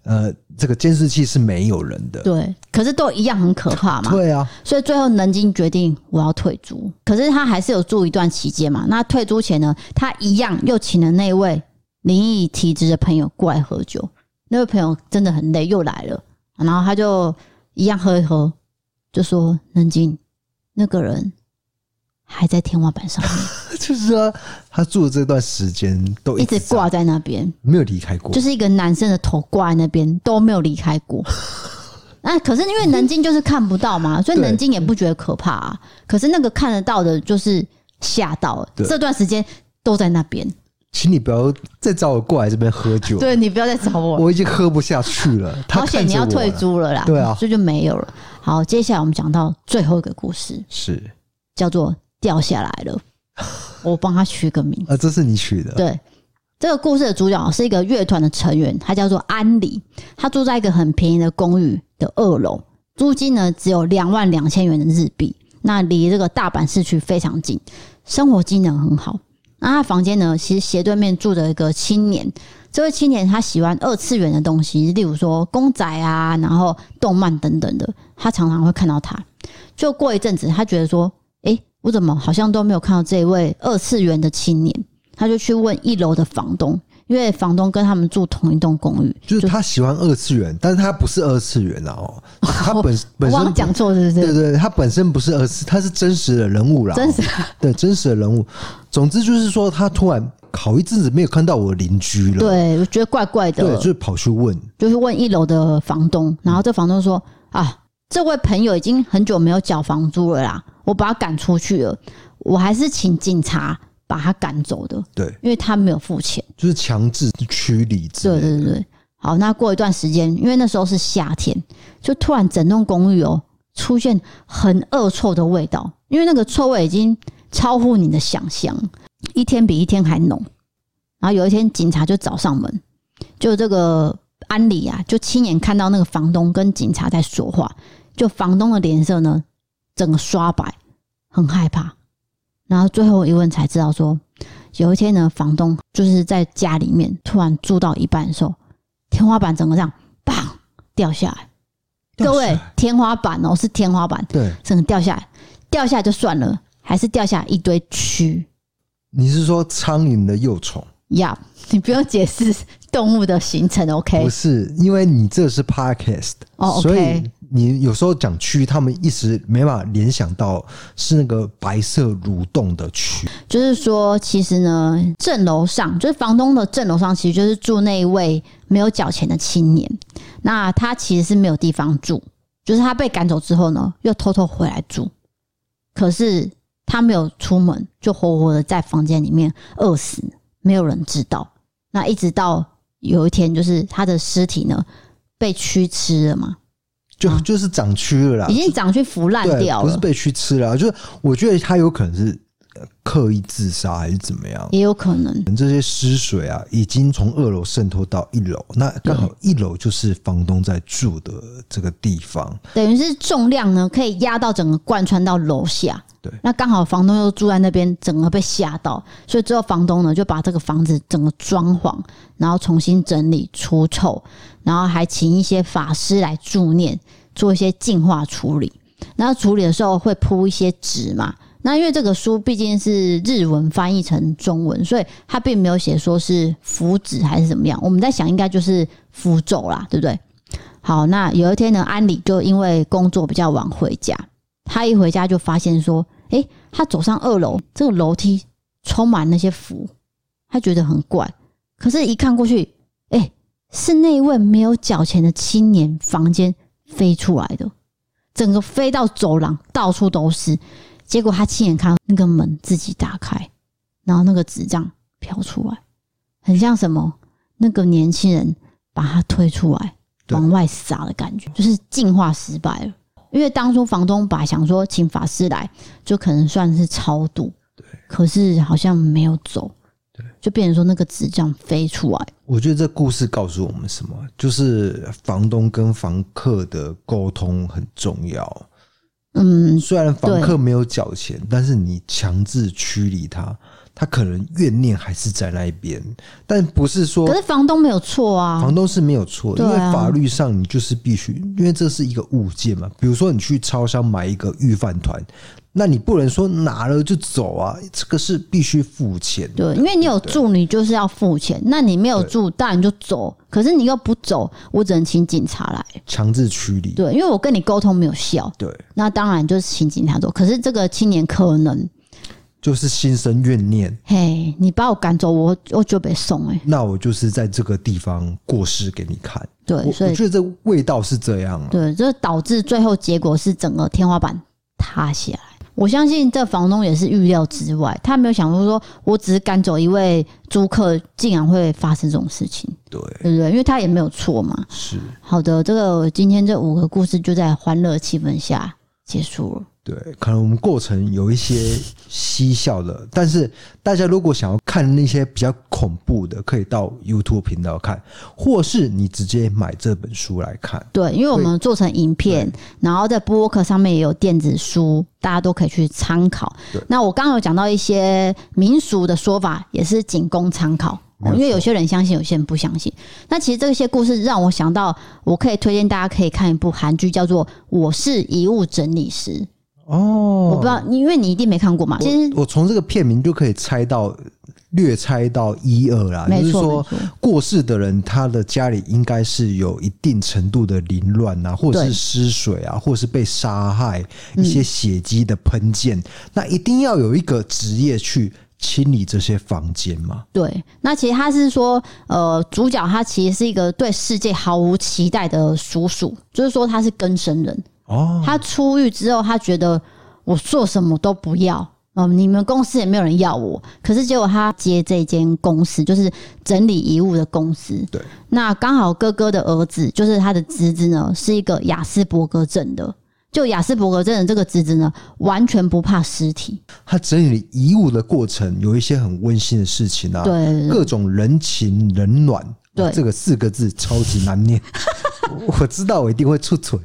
S2: 呃，这个监视器是没有人的。
S1: 对，可是都一样很可怕嘛。
S2: 对啊，
S1: 所以最后南京决定我要退租，可是他还是有住一段期间嘛。那退租前呢，他一样又请了那位灵异体质的朋友过来喝酒。那位朋友真的很累，又来了，然后他就一样喝一喝，就说：“南京那个人还在天花板上面，
S2: 就是啊，他住的这段时间都
S1: 一
S2: 直
S1: 直
S2: 在
S1: 挂，在那边，
S2: 没有离开过。
S1: 就是一个男生的头挂在那边，都没有离开过。” 那、可是因为南京就是看不到嘛，所以
S2: 对
S1: 南京也不觉得可怕啊。可是那个看得到的，就是吓到了。
S2: 对
S1: 这段时间都在那边，
S2: 请你不要再找我过来这边喝酒，
S1: 对你不要再找我。
S2: 我已经喝不下去了。他
S1: 好险
S2: 看
S1: 你
S2: 着
S1: 要
S2: 我
S1: 退
S2: 了，
S1: 租了啦，
S2: 对啊
S1: 所以就没有了。好，接下来我们讲到最后一个故事，
S2: 是
S1: 叫做掉下来 了。我帮他取个名字。
S2: 啊，这是你取的，
S1: 对，这个故事的主角是一个乐团的成员，他叫做安里，他住在一个很便宜的公寓的二楼，租金呢只有两万两千元的日币，那离这个大阪市区非常近，生活机能很好。那他房间呢，其实斜对面住着一个青年，这位青年他喜欢二次元的东西，例如说公仔啊，然后动漫等等的，他常常会看到他。就过一阵子，他觉得说，诶、我怎么好像都没有看到这位二次元的青年？他就去问一楼的房东，因为房东跟他们住同一栋公寓，
S2: 就是他喜欢二次元，但是他不是二次元啊哦， 他本
S1: 我
S2: 本
S1: 忘了
S2: 身
S1: 讲错是不
S2: 对啊
S1: 是？
S2: 对，他本身不是二次，他是真实的人物啦，哦
S1: 真实
S2: 对真实的人物。总之就是说，他突然好一阵子没有看到我邻居了，
S1: 对，我觉得怪怪
S2: 对，
S1: 的
S2: 就，是跑去问，
S1: 就是问一楼的房东，然后这房东说啊，这位朋友已经很久没有缴房租了啦，我把他赶出去了，我还是请警察把他赶走的，
S2: 对，
S1: 因为他没有付钱。
S2: 就是强制驱离之
S1: 对
S2: 类的，
S1: 对对对，好，那过一段时间，因为那时候是夏天，就突然整栋公寓哦出现很恶臭的味道，因为那个臭味已经超乎你的想象，一天比一天还浓。然后有一天，警察就找上门，就这个安里啊，就亲眼看到那个房东跟警察在说话，就房东的脸色呢，整个刷白，很害怕。然后最后一问才知道说，有一天呢，房东就是在家里面突然住到一半的时候，天花板整个这样砰掉下来。
S2: 掉
S1: 各
S2: 下
S1: 位
S2: 来，
S1: 天花板哦，是天花板，
S2: 对，
S1: 整个掉下来，掉下来就算了，还是掉下来一堆蛆。
S2: 你是说苍蝇的幼虫？
S1: 呀、你不用解释动物的形成，OK？
S2: 不是，因为你这是 podcast，、
S1: 哦，OK
S2: 所以你有时候讲蛆，他们一时没办法联想到是那个白色蠕动的蛆，
S1: 就是说，其实呢，正楼上就是房东的正楼上，其实就是住那一位没有缴钱的青年。那他其实是没有地方住，就是他被赶走之后呢，又偷偷回来住。可是他没有出门，就活活的在房间里面饿死，没有人知道。那一直到有一天，就是他的尸体呢被蛆吃了嘛，
S2: 就、就是长蛆了啦，
S1: 嗯已经长去腐烂
S2: 对，
S1: 掉
S2: 不是
S1: 了，
S2: 被蛆吃了啊，就是我觉得他有可能是呃刻意自杀还是怎么样。
S1: 也有可能。
S2: 这些湿水啊，已经从二楼渗透到一楼，那刚好一楼就是房东在住的这个地方，
S1: 等于是重量呢可以压到整个贯穿到楼下。
S2: 对
S1: 那刚好房东又住在那边，整个被吓到，所以之后房东呢就把这个房子整个装潢，然后重新整理除臭，然后还请一些法师来助念，做一些净化处理。然后处理的时候会铺一些纸嘛。那因为这个书毕竟是日文翻译成中文，所以它并没有写说是符纸还是怎么样。我们在想应该就是符咒啦，对不对？好，那有一天呢，安里就因为工作比较晚回家，他一回家就发现说，诶、他走上二楼，这个楼梯充满那些符，他觉得很怪。可是，一看过去，诶、是那一位没有缴钱的青年房间飞出来的，整个飞到走廊，到处都是。结果他亲眼看到那个门自己打开，然后那个纸张飘出来，很像什么？那个年轻人把他推出来，
S2: 对
S1: 往外撒的感觉，就是进化失败了。因为当初房东把想说请法师来，就可能算是超度，可是好像没有走，就变成说那个纸这样飞出来。
S2: 我觉得这故事告诉我们什么？就是房东跟房客的沟通很重要。
S1: 嗯，
S2: 虽然房客没有缴钱，但是你强制驱离他，他可能怨念还是在那一边。但不是说
S1: 可是房东没有错啊
S2: 房，东是没有错，
S1: 对
S2: 因
S1: 啊
S2: 为法律上你就是必须，因为这是一个物件嘛。比如说你去超商买一个预饭团，那你不能说拿了就走啊，这个是必须付钱
S1: 对，
S2: 的。
S1: 因为你有住，你就是要付钱；那你没有住，当然就走。可是你又不走，我只能请警察来。
S2: 强制驱离。
S1: 对，因为我跟你沟通没有效，
S2: 对，
S1: 那当然就是请警察走。可是这个青年可能，
S2: 就是心生怨念，
S1: 嘿，你把我赶走，我我就被送哎、欸
S2: 那我就是在这个地方过世给你看。我
S1: 对，所
S2: 我
S1: 以
S2: 觉得这味道是这样啊。
S1: 对，这导致最后结果是整个天花板塌下来。我相信这房东也是预料之外，他没有想过说，我只是赶走一位租客，竟然会发生这种事情，
S2: 对，
S1: 对不对？因为他也没有错嘛。
S2: 是，
S1: 好的，这个今天这五个故事就在欢乐气氛下结束了。
S2: 对，可能我们过程有一些嬉笑的，但是大家如果想要看那些比较恐怖的，可以到 YouTube 频道看，或是你直接买这本书来看。
S1: 对，因为我们做成影片，然后在播客上面也有电子书，大家都可以去参考
S2: 对。
S1: 那我刚刚有讲到一些民俗的说法，也是仅供参考。
S2: 没有
S1: 哦因
S2: 错
S1: 为有些人相信，有些人不相信。那其实这些故事让我想到，我可以推荐大家可以看一部韩剧，叫做《我是遗物整理师》。
S2: 哦，
S1: 我不知道，因为你一定没看过嘛。其实
S2: 我从这个片名就可以猜到，略猜到一二啦，就
S1: 没
S2: 是
S1: 错，没
S2: 说
S1: 错。
S2: 过世的人他的家里应该是有一定程度的凌乱啊，或者
S1: 对
S2: 是失水啊，或者是被杀害，一些血迹的喷溅，那一定要有一个职业去清理这些房间嘛。
S1: 对，那其实他是说，呃，主角他其实是一个对世界毫无期待的叔叔，就是说他是更生人。
S2: 哦，
S1: 他出狱之后，他觉得我做什么都不要，嗯，你们公司也没有人要我。可是结果他接这间公司，就是整理遗物的公司。
S2: 对，
S1: 那刚好哥哥的儿子，就是他的侄子呢，是一个雅斯伯格症的。就雅斯伯格症的这个侄子呢，完全不怕尸体。
S2: 他整理遗物的过程有一些很温馨的事情啊，
S1: 对，对对
S2: 各种人情冷暖，
S1: 对
S2: 这个四个字超级 难念，我我知道我一定会出嘴。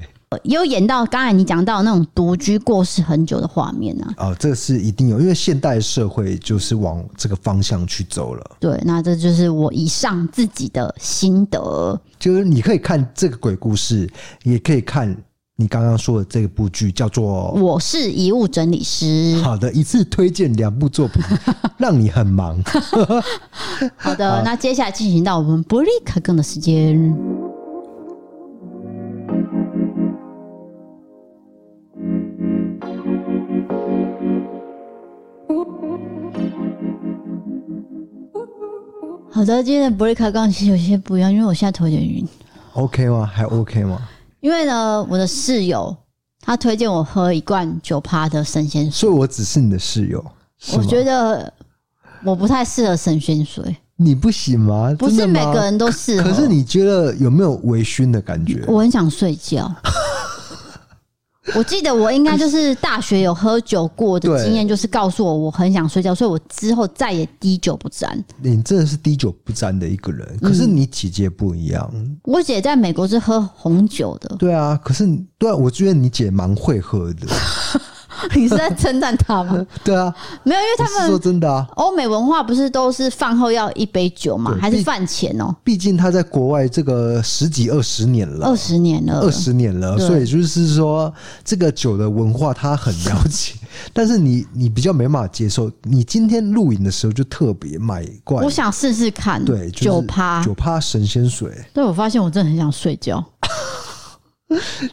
S1: 也有演到刚才你讲到那种独居过世很久的画面啊。
S2: 哦，这个是一定有，因为现代社会就是往这个方向去走了。
S1: 对，那这就是我以上自己的心得。
S2: 就是你可以看这个鬼故事，也可以看你刚刚说的这部剧，叫做
S1: 我是遗物整理师。
S2: 《好的一次推荐两部作 品》，让你很忙。
S1: 好的，那接下来进行到我们伯利卡更的时间。好的，今天的伯利卡更其实有些不一样，因为我现在头有点晕。
S2: OK 吗？还 OK 吗？
S1: 因为呢，我的室友他推荐我喝一罐九趴的神仙水，
S2: 所以我只是你的室友，是
S1: 我
S2: 吗
S1: 觉得我不太适合神仙水，
S2: 你不行吗？
S1: 不是
S2: 真的
S1: 每
S2: 吗
S1: 个人都适合。
S2: 可是你觉得有没有微醺的感觉？
S1: 我很想睡 觉。我记得我应该就是大学有喝酒过的
S2: 对
S1: 经验，就是告诉我我很想睡觉，所以我之后再也滴酒不沾。
S2: 你真的是滴酒不沾的一个人，
S1: 嗯
S2: 可是你姐姐不一样。
S1: 我姐在美国是喝红酒 的，
S2: 对啊，可是对啊，我觉得你姐蛮会喝的。
S1: 你是在称赞她吗？
S2: 对啊，
S1: 没有，因为
S2: 我
S1: 他
S2: 是说
S1: 们
S2: 真的啊。
S1: 欧美文化不是都是饭后要一杯酒嘛，
S2: 对
S1: 还是
S2: 毕
S1: 饭前哦、
S2: 毕竟他在国外这个十几二十年了，
S1: 二十年了，
S2: 二十年了，
S1: 对
S2: 所以就是说这个酒的文化他很了解， 但是你你比较没办法接受。你今天录影的时候就特别买一罐
S1: 我，想试试看，
S2: 对，
S1: 九趴。
S2: 九趴神仙水，
S1: 对，我发现我真的很想睡觉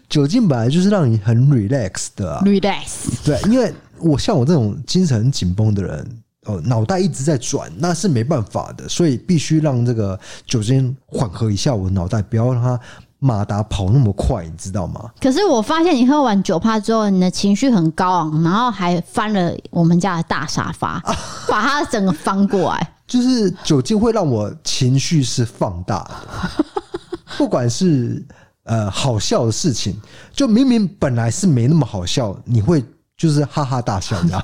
S2: 酒精本来就是让你很 relax 的、啊，
S1: ，relax。
S2: 对，因为我像我这种精神很紧绷的人。哦，脑袋一直在转，那是没办法的，所以必须让这个酒精缓和一下我的脑袋，不要让它马达跑那么快，你知道吗？
S1: 可是我发现你喝完酒趴之后，你的情绪很高昂，然后还翻了我们家的大沙 发，把它整个翻过来。
S2: 就是酒精会让我情绪是放大的，不管是呃好笑的事情，就明明本来是没那么好笑，你会就是哈哈大笑这样。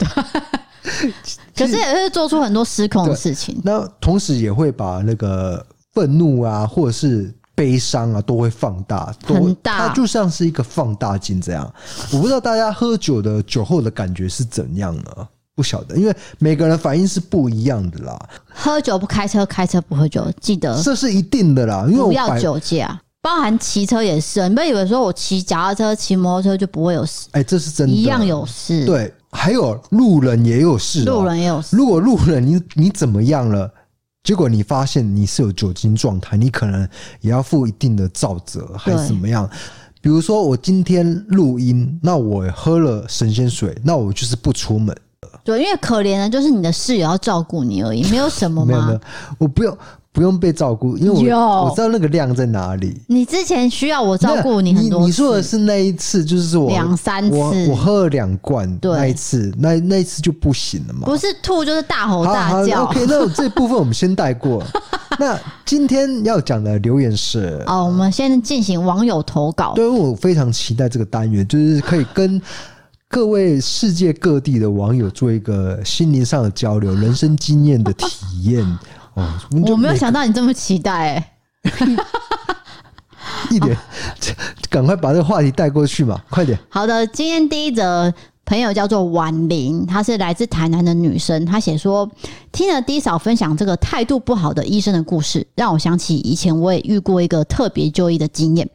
S1: 可是也是做出很多失控的事情。
S2: 那同时也会把那个愤怒啊，或者是悲伤啊，都会放大，都
S1: 很大
S2: 它就像是一个放大镜这样。我不知道大家喝酒的酒后的感觉是怎样呢？不晓得，因为每个人反应是不一样的啦，
S1: 喝酒不开车，开车不喝酒，记得
S2: 这是一定的啦。因为我
S1: 不嗯要
S2: 百
S1: 酒驾，包含骑车也是。你不要以为说我骑脚踏车、骑摩托车就不会有事，
S2: 哎、这是真的，
S1: 一样有事。，
S2: 对。还有路人也有事、哦，
S1: 路人也有事。
S2: 如果路人你你怎么样了，结果你发现你是有酒精状态，你可能也要负一定的照责，还是怎么样？比如说我今天录音，那我喝了神仙水，那我就是不出门，
S1: 对，因为可怜的就是你的室友要照顾你而已，没有什么
S2: 没有没
S1: 嘛
S2: 有。，我不用不用被照顾，因为
S1: 有
S2: 我我知道那个量在哪里。
S1: 你之前需要我照顾
S2: 你
S1: 很多次，
S2: 你说的是那一次，就是我
S1: 两三次
S2: 我我喝了两罐，
S1: 对
S2: 那一次，那那一次就不行了嘛。
S1: 不是吐就是大吼
S2: 好好
S1: 哦大叫。
S2: OK，那这部分我们先带 过。那今天要讲的留言是，
S1: 哦，我们先进行网友投稿。
S2: 对我非常期待这个单元，就是可以跟各位世界各地的网友做一个心灵上的交流、人生经验的体 验。哦，
S1: 我没有
S2: 每
S1: 想到你这么期待、欸，
S2: 一点，赶快把 这个话题带过去嘛，快点。
S1: 好的，今天第一则朋友叫做婉玲，她是来自台南的女生。她写说，听了 D 嫂分享这个态度不好的医生的故事，让我想起以前我也遇过一个特别就医的经验。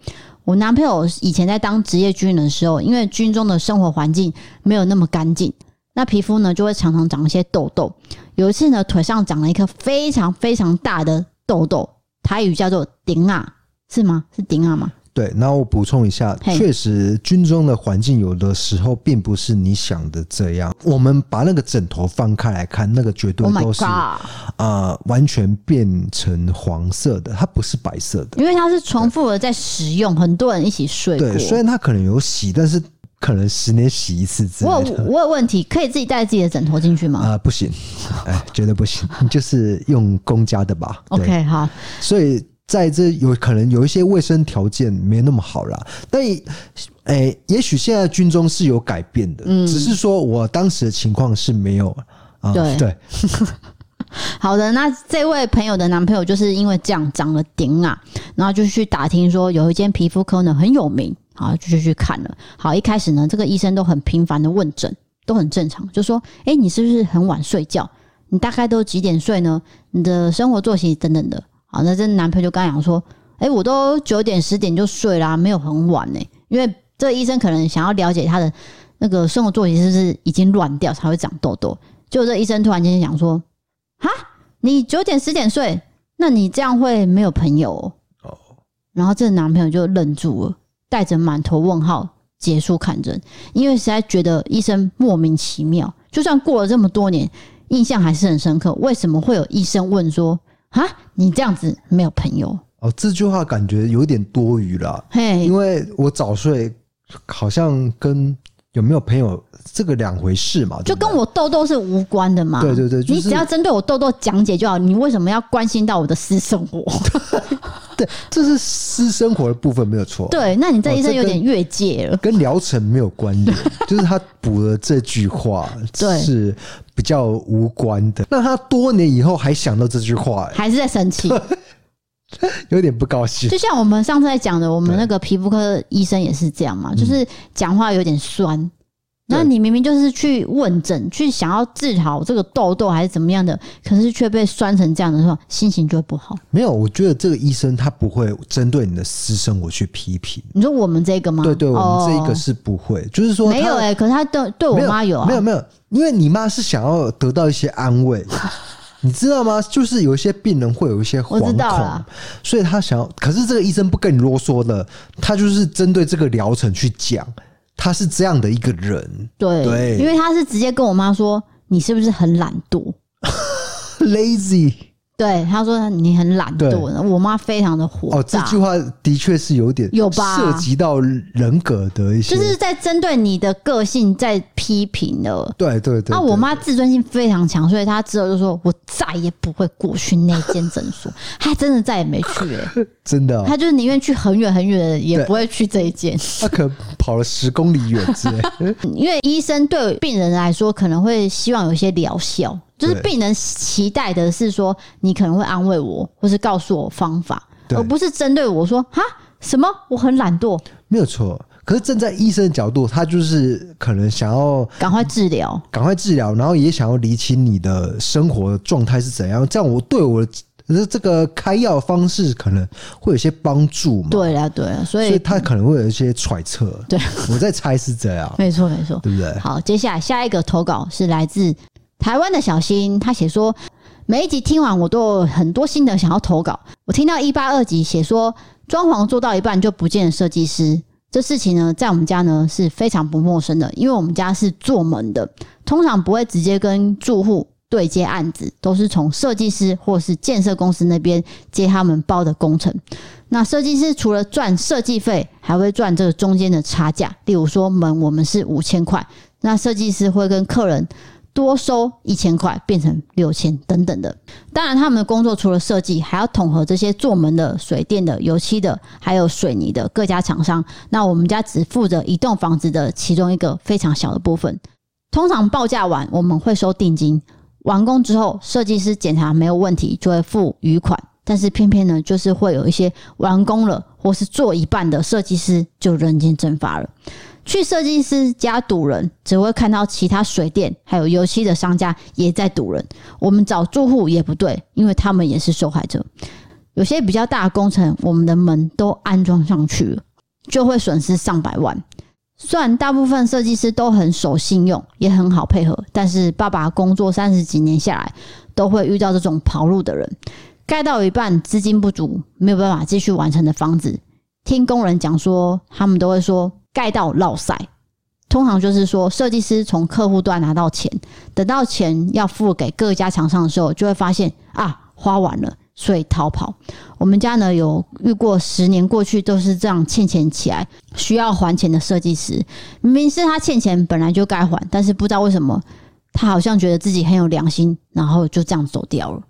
S1: 我男朋友以前在当职业军人的时候，因为军中的生活环境没有那么干净，那皮肤呢就会常常长一些痘痘。有一次呢，腿上长了一颗非常非常大的痘痘，台语叫做“顶啊”，是吗？是“顶啊”吗？
S2: 对，然后我补充一下，
S1: 嘿
S2: 确实军中的环境有的时候并不是你想的这样。我们把那个枕头翻开来看，那个绝对
S1: Oh my
S2: 都是
S1: god！
S2: 呃，完全变成黄色的，它不是白色的。
S1: 因为它是重复的在使用，很多人一起睡过。
S2: 对，虽然它可能有洗，但是可能十年洗一次之
S1: 我
S2: 类
S1: 有
S2: 的。
S1: 我有问题，可以自己带自己的枕头进去吗、
S2: 啊、不行， 哎，绝对不行， 你就是用公家的吧。
S1: o
S2: 啊对
S1: k 好，
S2: 所以在这有可能有一些卫生条件没那么好啦，但也哎、也许现在军中是有改变的，
S1: 嗯
S2: 只是说我当时的情况是没有啊、
S1: 对
S2: 对，
S1: 好的。那这位朋友的男朋友就是因为这样长了顶啊，然后就去打听说有一间皮肤科呢很有名，好就就去看了。好，一开始呢，这个医生都很频繁的问诊，都很正常，就说：“哎、你是不是很晚睡觉？你大概都几点睡呢？你的生活作息等等的。”好，那这男朋友就刚讲说：“哎、我都九点十点就睡啦、没有很晚呢、因为这医生可能想要了解他的那个生活作息是不是已经乱掉才会长痘痘。就这医生突然间想说：“哈，你九点十点睡，那你这样会没有朋友、哦。”然后这男朋友就愣住了，带着满头问号结束看诊，因为实在觉得医生莫名其妙。就算过了这么多年，印象还是很深刻。为什么会有医生问说：“啊，你这样子没有朋友
S2: 哦，这句话感觉有点多余啦，？”
S1: 嘿
S2: 因，为我早睡好像跟有没有朋友这个两回事嘛，
S1: 就
S2: 对不对
S1: 跟我痘痘是无关的嘛。
S2: 对对对就是
S1: 你只要针对我痘痘讲解就好。你为什么要关心到我的私生 活？
S2: 对，这是私生活的部分没有错，，
S1: 对，那你这
S2: 哦
S1: 医生
S2: 这
S1: 有
S2: 跟
S1: 点越界了。
S2: 跟疗程没有关联， 就是他补了这句话，
S1: 对
S2: 是比较无关的。那他多年以后还想到这句话、哎
S1: 还是在生气，
S2: 有点不高兴。
S1: 就像我们上次在讲的，我们那个皮肤科医生也是这样
S2: 嗯
S1: 嘛，就是讲话有点酸。那你明明就是去问诊，去想要治好这个痘痘还是怎么样的，可是却被酸成这样的时候，心情就会不好。
S2: 没有，我觉得这个医生他不会针对你的私生活去批评。
S1: 你说我们这个吗？
S2: 对对，我们这一个
S1: 哦
S2: 是不会，就是说
S1: 没有
S2: 他
S1: 哎、可是他对对我
S2: 没有
S1: 妈有啊，
S2: 没有没有，因为你妈是想要得到一些安 慰，你知道吗？就是有一些病人会有一些惶
S1: 我知道啊
S2: 恐
S1: 啦，
S2: 所以他想要。可是这个医生不跟你啰嗦的，他就是针对这个疗程去讲，他是这样的一个 人
S1: 对，
S2: 对
S1: 因为他是直接跟我妈说你是不是很懒惰？
S2: ，lazy。
S1: 对，他说你很懒
S2: 对
S1: 惰，我妈非常的火大。
S2: 哦，这句话的确是有点
S1: 有吧
S2: 涉及到人格的一些，
S1: 就是在针对你的个性在批评了。
S2: 对对对。
S1: 那、
S2: 对
S1: 啊我妈自尊心非常强，所以她之后就说：“我再也不会过去那间诊所。” 她真的再也没去、 欸，
S2: 真的、哦，
S1: 她就是宁愿去很远很远的，也
S2: 对
S1: 不会去这一间。
S2: 他可能跑了十公里远 之类。
S1: 因为医生对病人来说可能会希望有一些疗效，就是
S2: 对
S1: 病人期待的是说你可能会安慰我，或是告诉我方法，
S2: 对
S1: 而不是针对我说哈什么我很懒惰，
S2: 没有错。可是站在医生的角度，他就是可能想要
S1: 赶快治疗。
S2: 赶快治疗，然后也想要厘清你的生活状态是怎样，这样我对我的这个开药方式可能会有些帮助嘛。，
S1: 对啊啦，对啦，所
S2: 所以
S1: 以
S2: 他可能会有一些揣测。
S1: 对，
S2: 我在猜是这 样，
S1: 没错没错。
S2: 对不对？
S1: 好，接下来下一个投稿是来自台湾的小新，他写说，每一集听完我都有很多心得想要投稿。我听到一八二集写说，装潢做到一半就不见了设计师。这事情呢，在我们家呢是非常不陌生的，因为我们家是做门的，通常不会直接跟住户对接案子，都是从设计师或是建设公司那边接他们包的工程。那设计师除了赚设计费，还会赚这个中间的差价。例如说门，我们是五千块，那设计师会跟客人多收一千块，变成六千等等的。当然，他们的工作除了设计，还要统合这些做门的、水电的、油漆的，还有水泥的各家厂商。那我们家只负责一栋房子的其中一个非常小的部分。通常报价完，我们会收定金。完工之后，设计师检查没有问题，就会付余款。但是偏偏呢，就是会有一些完工了或是做一半的设计师就人间蒸发了。去设计师家堵人，只会看到其他水电还有油漆的商家也在堵人。我们找住户也不对，因为他们也是受害者。有些比较大的工程，我们的门都安装上去了，就会损失上百万。虽然大部分设计师都很守信用，也很好配合，但是爸爸工作三十几年下来，都会遇到这种跑路的人。盖到一半资金不足，没有办法继续完成的房子，听工人讲说，他们都会说盖到落塞。通常就是说，设计师从客户端拿到钱，等到钱要付给各家厂商的时候，就会发现啊，花完了，所以逃跑。我们家呢有遇过十年过去都是这样欠钱起来，需要还钱的设计师，明明是他欠钱本来就该还，但是不知道为什么他好像觉得自己很有良心，然后就这样走掉了。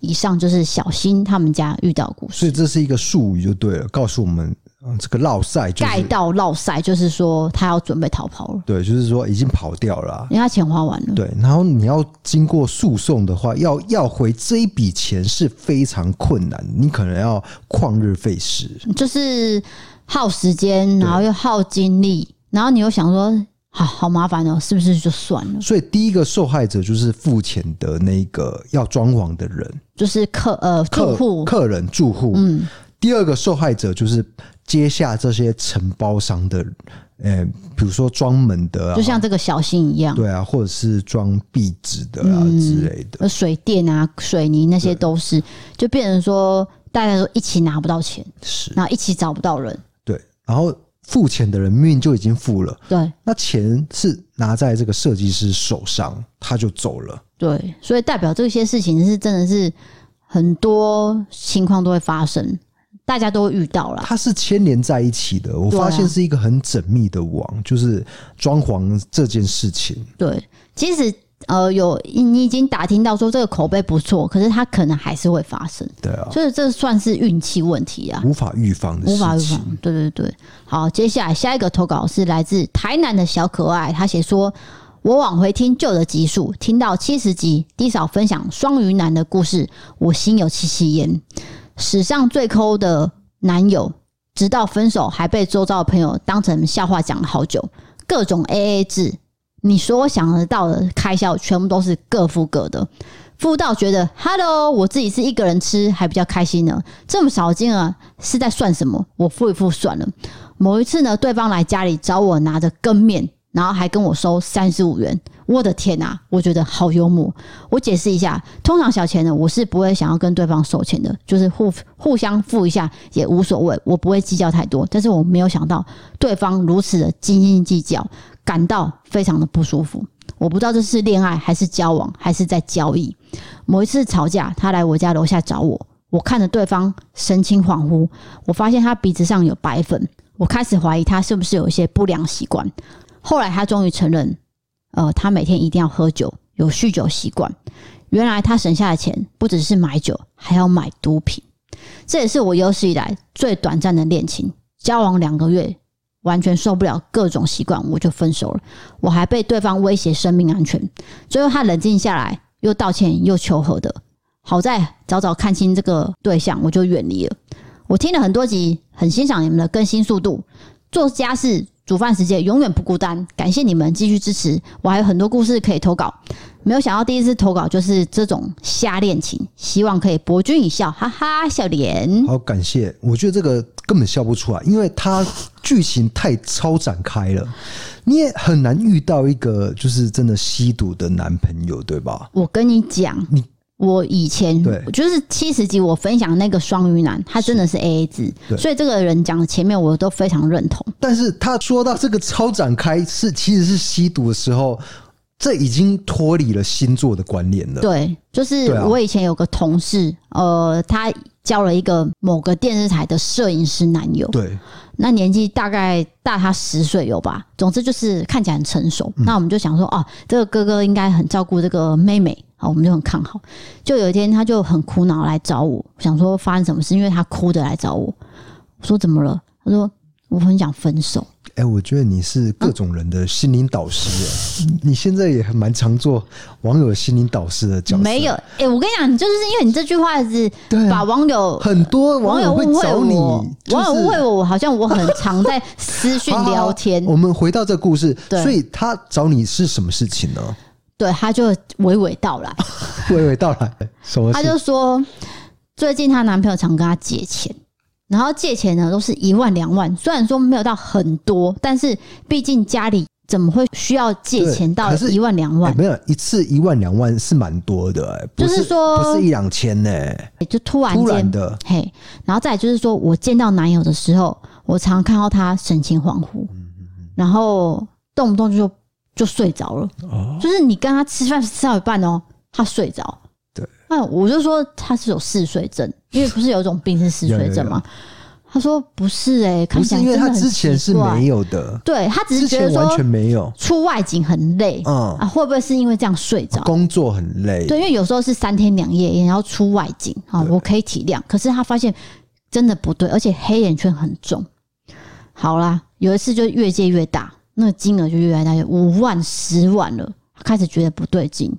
S1: 以上就是小新他们家遇到的故事。
S2: 所以这是一个术语就对了，告诉我们，嗯，这个落赛就
S1: 盖
S2: 是啊
S1: 到落塞，就是说他要准备逃跑了，
S2: 对，就是说已经跑掉了啊、
S1: 因为他钱花完了。
S2: 对，然后你要经过诉讼的话，要要回这一笔钱是非常困难，你可能要旷日费时。
S1: 就是耗时间，然后又耗精力，然后你又想说，好好麻烦哦，是不是就算了？
S2: 所以第一个受害者就是付钱的那个要装潢的人，
S1: 就是客呃住
S2: 客
S1: 户，
S2: 客人住户。
S1: 嗯，
S2: 第二个受害者就是接下这些承包商的，呃，比如说装门的啊，
S1: 就像这个小新一样，
S2: 对啊，或者是装壁纸的啊、
S1: 嗯
S2: 之类的。
S1: 呃水电啊、水泥那些都是，就变成说大家都一起拿不到钱，
S2: 是，
S1: 然后一起找不到人，
S2: 对。然后付钱的人明明就已经付了，
S1: 对
S2: 那钱是拿在这个设计师手上，他就走了。
S1: 对，所以代表这些事情是真的是很多情况都会发生，大家都会遇到啦。
S2: 它是牵连在一起的，我
S1: 对啊
S2: 发现是一个很缜密的网，就是装潢这件事情。
S1: 对，其实呃有你已经打听到说这个口碑不错，可是它可能还是会发生。
S2: 对啊，
S1: 所以这算是运气问题啊，
S2: 无法预防的
S1: 无法
S2: 事
S1: 预
S2: 情
S1: 防。。对对对，好，接下来下一个投稿是来自台南的小可爱，他写说。我往回听旧的集数，听到七十集，低嫂分享双鱼男的故事，我心有戚戚焉。史上最抠的男友，直到分手还被周遭的朋友当成笑话讲了好久，各种 A A 制。你所我想得到的开销，全部都是各付各的，付到觉得 “hello”，我自己是一个人吃还比较开心呢。这么少的金额是在算什么？我付一付算了。某一次呢，对方来家里找我拿着羹面，然后还跟我收三十五元。我的天啊，我觉得好幽默。我解释一下，通常小钱呢，我是不会想要跟对方收钱的，就是互互相付一下也无所谓，我不会计较太多。但是我没有想到对方如此的斤斤计较，感到非常的不舒服。我我不知道这是恋爱还是交往还是在交易。某一次吵架，他来我家楼下找我，我看着对方神情恍惚，我发现他鼻子上有白粉，我开始怀疑他是不是有一些不良习惯。后来他终于承认，呃，他每天一定要喝酒，有酗酒习惯。原来他省下的钱不只是买酒，还要买毒品。这也是我有史以来最短暂的恋情，交往两个月，完全受不了各种习惯，我就分手了。我还被对方威胁生命安全。最后他冷静下来，又道歉又求和的。好在早早看清这个对象，我就远离了。我听了很多集，很欣赏你们的更新速度，做家事、煮饭时间永远不孤单。感谢你们继续支持，我还有很多故事可以投稿。没有想到第一次投稿就是这种瞎恋情，希望可以博君一笑，哈哈，笑脸。
S2: 好，感谢。我觉得这个根本笑不出来，因为它剧情太超展开了，你也很难遇到一个就是真的吸毒的男朋友，对吧？
S1: 我跟你讲，
S2: 你
S1: 我以前
S2: 对
S1: 就是七十集我分享那个双鱼男，他真的是 A A 制，
S2: 对
S1: 所以这个人讲的前面我都非常认同。
S2: 但是他说到这个超展开是其实是吸毒的时候，这已经脱离了星座的关联了。
S1: 对，就是
S2: 对啊
S1: 我以前有个同事，呃，他交了一个某个电视台的摄影师男友，
S2: 对，
S1: 那年纪大概大他十岁有吧。总之就是看起来很成熟。
S2: 嗯
S1: 那我们就想说，哦，这个哥哥应该很照顾这个妹妹，好，我们就很看好。就有一天，他就很苦恼来找我，想说发生什么事，因为他哭着来找我。我说怎么了？他说我很想分手。
S2: 哎、我觉得你是各种人的心灵导师、哎，你现在也蛮常做网友心灵导师的角色。
S1: 没有，，哎、我跟你讲，你就是因为你这句话是
S2: 对
S1: 把
S2: 啊，
S1: 网友。
S2: 很多
S1: 网
S2: 网
S1: 友
S2: 友会
S1: 误会
S2: 找你
S1: 我，，
S2: 就是
S1: 网友误会我，我好像我很常在私讯
S2: 好好好
S1: 聊天，
S2: 我们回到这个故事，
S1: 对
S2: 所以他找你是什么事情呢？
S1: 对，他就娓娓道来，
S2: 娓娓道来，什么
S1: 她
S2: 事？哎
S1: 就说，最近她男朋友常跟她借钱，然后借钱呢都是一万两万，虽然说没有到很多，但是毕竟家里怎么会需要借钱
S2: 对
S1: 到
S2: 可是
S1: 一万两
S2: 哎
S1: 万？
S2: 没有一次一万两万是蛮多的、哎，不
S1: 就是说
S2: 不是一两千呢、哎
S1: 就突然
S2: 突然
S1: 间，
S2: 的，
S1: 嘿，然后再来就是说我见到男友的时候，我常看到他神情恍惚，然后动不动就就睡着了，
S2: 哦，
S1: 就是你跟他吃饭吃到一半哦，他睡着。
S2: 对，
S1: 那我就说他是有嗜睡症，因为不是有一种病是嗜睡症吗？他说不是哎、看
S2: 不
S1: 起来
S2: 是因为
S1: 真的
S2: 他
S1: 很
S2: 之前
S1: 奇
S2: 是
S1: 怪
S2: 没有的，
S1: 对他只是
S2: 之
S1: 觉得
S2: 前完全
S1: 说
S2: 没有，
S1: 出外景很累、
S2: 嗯，
S1: 啊，会不会是因为这样睡着？
S2: 工作很累，
S1: 对，因为有时候是三天两夜，然后出外景啊，我可以体谅。可是他发现真的不对，而且黑眼圈很重。好啦，有一次就越借越大，那个金额就越来越大，有五万、十万了，他开始觉得不对劲，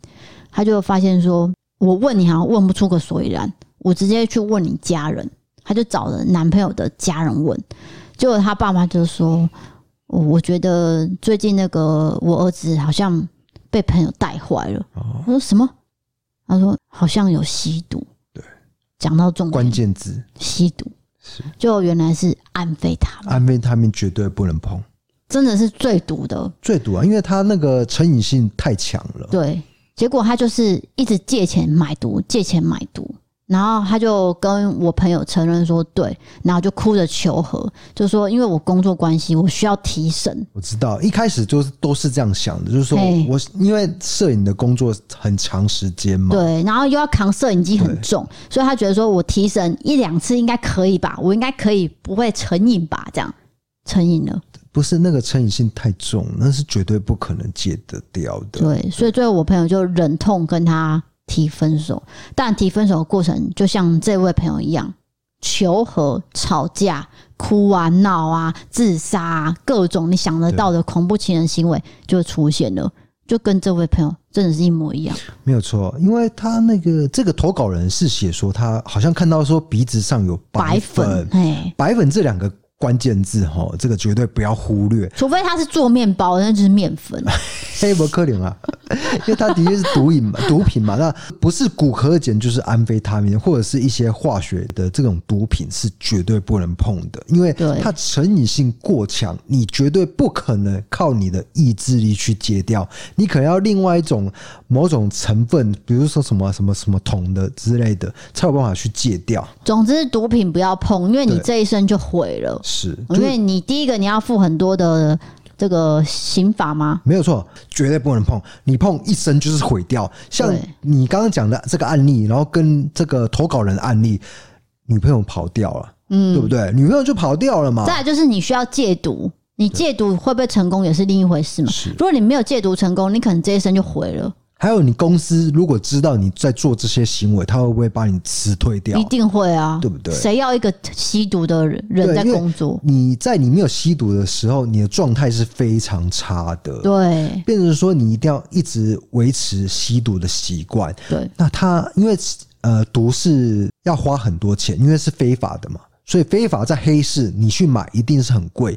S1: 他就发现说：“我问你好像问不出个所以然，我直接去问你家人。”他就找了男朋友的家人问，结果他爸妈就说：“我我觉得最近那个我儿子好像被朋友带坏了。”
S2: 哦
S1: 我说：“什么？”他说好像有吸毒。
S2: 对，
S1: 讲到重
S2: 关
S1: 点，
S2: 键字
S1: 吸毒
S2: 是
S1: 就原来是安非他命，
S2: 安非他命绝对不能碰，
S1: 真的是最毒的。
S2: 最毒啊，因为他那个成瘾性太强了。
S1: 对，结果他就是一直借钱买毒，借钱买毒。然后他就跟我朋友承认说对，然后就哭着求和，就说因为我工作关系，我需要提神，
S2: 我知道，一开始就是都是这样想的，就是说
S1: 嘿
S2: 我因为摄影的工作很长时间嘛，
S1: 对，然后又要扛摄影机很重，所以他觉得说我提神一两次应该可以吧，我应该可以不会成瘾吧？这样成瘾了，
S2: 不是那个成瘾性太重，那是绝对不可能戒得掉的。
S1: 对，所以最后我朋友就忍痛跟他提分手，但提分手的过程就像这位朋友一样，求和、吵架、哭啊、闹啊、自杀啊，各种你想得到的恐怖情人行为就出现了，就跟这位朋友真的是一模一样。
S2: 没有错，因为他那个这个投稿人是写说他好像看到说鼻子上有白
S1: 白
S2: 粉
S1: 粉，，哎，
S2: 白粉这两个关键字哈，这个绝对不要忽略。
S1: 除非他是做面包，那就是面粉。
S2: 黑伯克林啊， 因为它的确是毒瘾嘛，毒品嘛，那不是骨科碱就是安非他命或者是一些化学的这种毒品是绝对不能碰的，因为
S1: 对
S2: 它成瘾性过强，你绝对不可能靠你的意志力去戒掉，你可能要另外一种某种成分，比如说什么什么什么酮的之类的，才有办法去戒掉。
S1: 总之，毒品不要碰，因为你
S2: 对
S1: 这一生就毁了。
S2: 是，
S1: 因
S2: 就是
S1: 为你第一个你要付很多的这个刑法吗？
S2: 没有错，绝对不能碰，你碰一生就是毁掉。像
S1: 对
S2: 你刚刚讲的这个案例，然后跟这个投稿人的案例，女朋友跑掉了，嗯，对不对？女朋友就跑掉了嘛，
S1: 再来就是你需要戒毒，你戒毒会不会成功也是另一回事嘛。
S2: 是
S1: 如。果你没有戒毒成功，你可能这一生就毁了，
S2: 还有你公司如果知道你在做这些行为，他会不会把你辞退掉
S1: 一？定会啊，
S2: 对不对
S1: 谁要一个吸毒的人人
S2: 对
S1: 在
S2: 因为
S1: 工作？
S2: 你在你没有吸毒的时候，你的状态是非常差的。
S1: 对
S2: 变成说你一定要一直维持吸毒的习惯。
S1: 对，
S2: 那他因为呃毒是要花很多钱，因为是非法的嘛，所以非法在黑市你去买一定是很贵，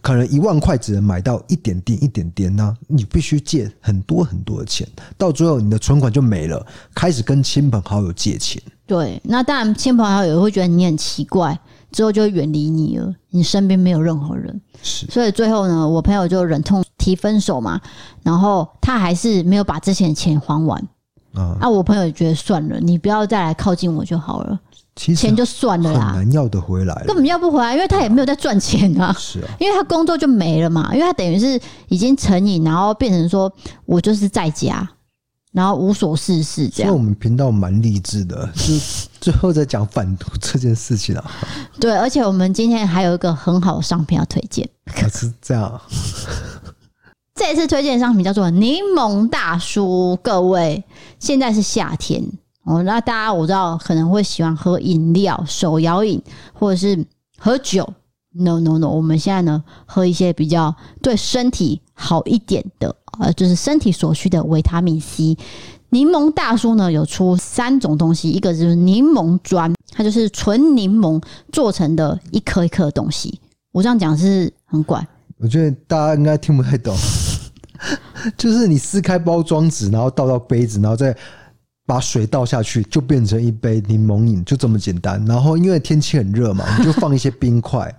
S2: 可能一万块只能买到一点点一点点呢、你必须借很多很多的钱，到最后你的存款就没了，开始跟亲朋好友借钱。
S1: 对，那当然亲朋好友也会觉得你很奇怪，之后就会远离你了，你身边没有任何人，
S2: 是
S1: 所以最后呢，我朋友就忍痛提分手嘛，然后他还是没有把之前的钱还完。
S2: 啊，
S1: 啊，我朋友也觉得算了，你不要再来靠近我就好了，
S2: 其实
S1: 钱就算了
S2: 啊很
S1: 啦，
S2: 难要得回来
S1: 根
S2: 了。
S1: 本要不回来，因为他也没有在赚钱啊。
S2: 是啊，
S1: 因为他工作就没了嘛，因为他等于是已经成瘾，然后变成说我就是在家，然后无所事事这
S2: 所以
S1: 样
S2: 我。们频道蛮励志的，就是最后在讲反毒这件事情 啊，
S1: 对，而且我们今天还有一个很好的商品要推荐，
S2: 还是这样啊。
S1: 这一次推荐的商品叫做柠檬大叔。各位，现在是夏天哦，那大家我知道可能会喜欢喝饮料、手摇饮或者是喝酒。No No No，我们现在呢喝一些比较对身体好一点的，呃，就是身体所需的维他命 C。柠檬大叔呢有出三种东西，一个就是柠檬砖，它就是纯柠檬做成的一颗一颗的东西。我这样讲是很怪，
S2: 我觉得大家应该听不太 懂，就是你撕开包装纸，然后倒到杯子，然后再把水倒下去，就变成一杯柠檬饮，就这么简单。然后因为天气很热 嘛，你就放一些冰块，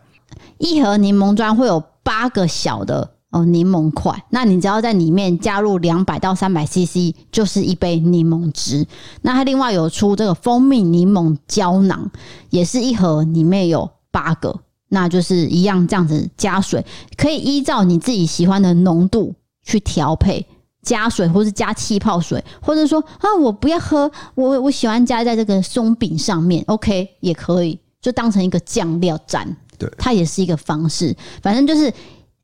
S1: 一盒柠檬砖会有八个小的哦柠檬块，那你只要在里面加入两百到三百 CC，就是一杯柠檬汁。那它另外有出这个蜂蜜柠檬胶囊，也是一盒，里面有八个，那就是一样这样子加水，可以依照你自己喜欢的浓度去调配。加水，或是加气泡水，或者说啊，我不要喝，我我喜欢加在这个松饼上面，OK 也可以，就当成一个酱料蘸。它也是一个方式。反正就是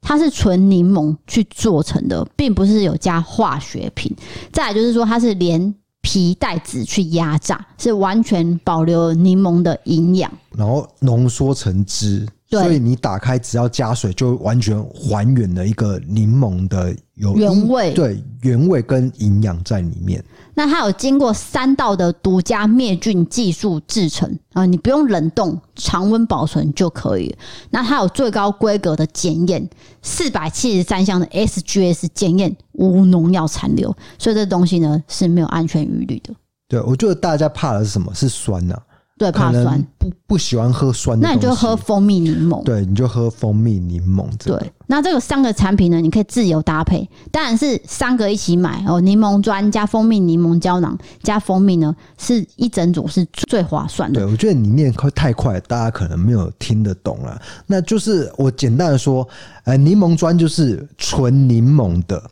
S1: 它是纯柠檬去做成的，并不是有加化学品。再来就是说，它是连皮带籽去压榨，是完全保留柠檬的营养。
S2: 然后浓缩成汁。
S1: 对
S2: 所以你打开，只要加水，就完全还原了一个柠檬的有
S1: 原
S2: 营
S1: 味
S2: 对原味跟营养在里面。
S1: 那它有经过三道的独家灭菌技术制成啊、你不用冷冻，常温保存就可以了。那它有最高规格的检验，四百七十三项的 SGS 检验无农药残留，所以这东西呢是没有安全疑虑的。
S2: 对我觉得大家怕的是什么？是酸呐、
S1: 对，
S2: 可
S1: 怕酸
S2: 能。不不喜欢喝酸的
S1: 那
S2: 东西，
S1: 你就喝蜂蜜柠檬。
S2: 对，你就喝蜂蜜柠檬这个。
S1: 对，那这个三个产品呢，你可以自由搭配，当然是三个一起买哦。柠檬砖加蜂蜜柠檬胶囊加蜂蜜呢，是一整组是最划算
S2: 对，
S1: 的。
S2: 我觉得你念快太快，大家可能没有听得懂了。那就是我简单的说，呃，柠檬砖就是纯柠檬的，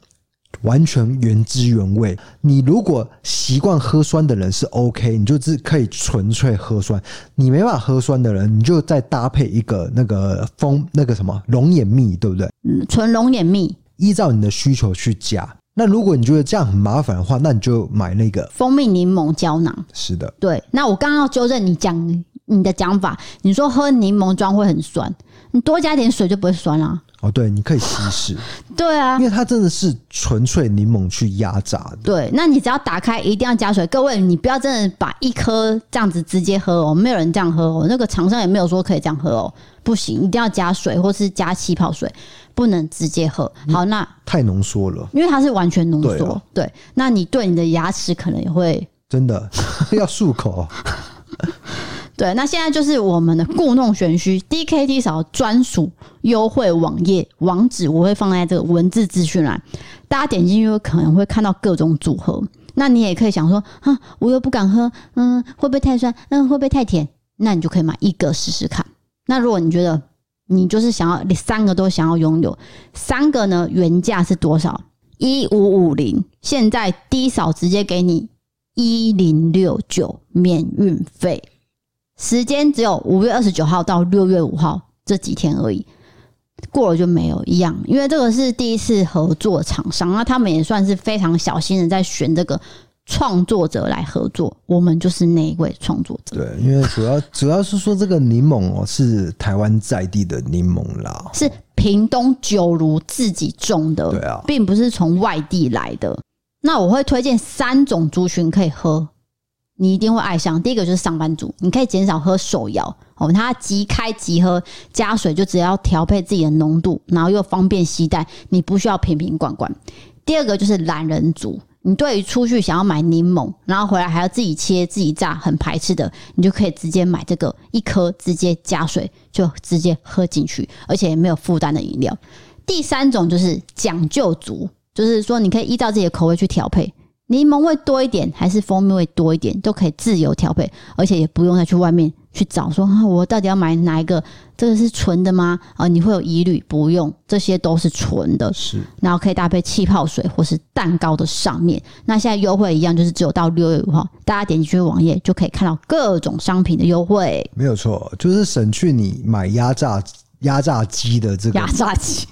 S2: 完全原汁原味。你如果习惯喝酸的人是 OK，你就是可以纯粹喝酸；你没办法喝酸的人，你就再搭配一个那个蜂那个什么龙眼蜜，对不对？
S1: 嗯纯龙眼蜜、
S2: 依照你的需求去加。那如果你觉得这样很麻烦的话，那你就买那个。
S1: 蜂蜜柠檬胶囊。
S2: 是的，
S1: 对，那我刚刚要纠正你讲你的讲法，你说喝柠檬砖会很酸，你多加点水就不会酸啦、
S2: 哦，对，你可以稀释。
S1: 对啊
S2: 因，为它真的是纯粹柠檬去压榨的，
S1: 对，那你只要打开，一定要加水。各位，你不要真的把一颗这样子直接喝哦，没有人这样喝哦。那个厂商也没有说可以这样喝哦，不行，一定要加水或是加气泡水，不能直接喝。好，那
S2: 太浓缩了，
S1: 因为它是完全浓
S2: 对
S1: 缩，
S2: 啊
S1: 对，那你对你的牙齿可能也会
S2: 真的 要漱口。
S1: 对，那现在就是我们的故弄玄虚 DKT 少专属优惠网页网址，我会放在这个文字资讯栏，大家点进去可能会看到各种组合。那你也可以想说，啊，我又不敢喝，嗯，会不会太酸？嗯，会不会太甜？那你就可以买一个试试看。那如果你觉得你就是想要三个都想要拥有，三个呢原价是多少？一五五零，现在低扫直接给你一零六九免运费，时间只有五月二十九号到六月五号这几天而已。过了就没有一样，因为这个是第一次合作厂商，那他们也算是非常小心的在选这个创作者来合作。我们就是那一位创作者，
S2: 对，因为主要主要是说这个柠檬哦、是台湾在地的柠檬啦，
S1: 是屏东九如自己种的，
S2: 对啊
S1: 并不是从外地来的。那我会推荐三种族群可以喝，你一定会爱上。第一个就是上班族，你可以减少喝手摇，我们它即开即喝，加水就只要调配自己的浓度，然后又方便携带，你不需要瓶瓶罐罐。第二个就是懒人族，你对于出去想要买柠檬，然后回来还要自己切自己榨，很排斥的，你就可以直接买这个一颗，直接加水就直接喝进去，而且也没有负担的饮料。第三种就是讲究族，就是说你可以依照自己的口味去调配，柠檬味多一点还是蜂蜜味多一点，都可以自由调配，而且也不用再去外面去找说啊，我到底要买哪一个？这个是纯的吗？啊，你会有疑虑，不用，这些都是纯的。
S2: 是
S1: 然后可以搭配气泡水或是蛋糕的上面。那现在优惠一样，就是只有到六月五号，大家点进去网页就可以看到各种商品的优惠。
S2: 没有错，就是省去你买压榨压榨鸡的这个
S1: 压榨机，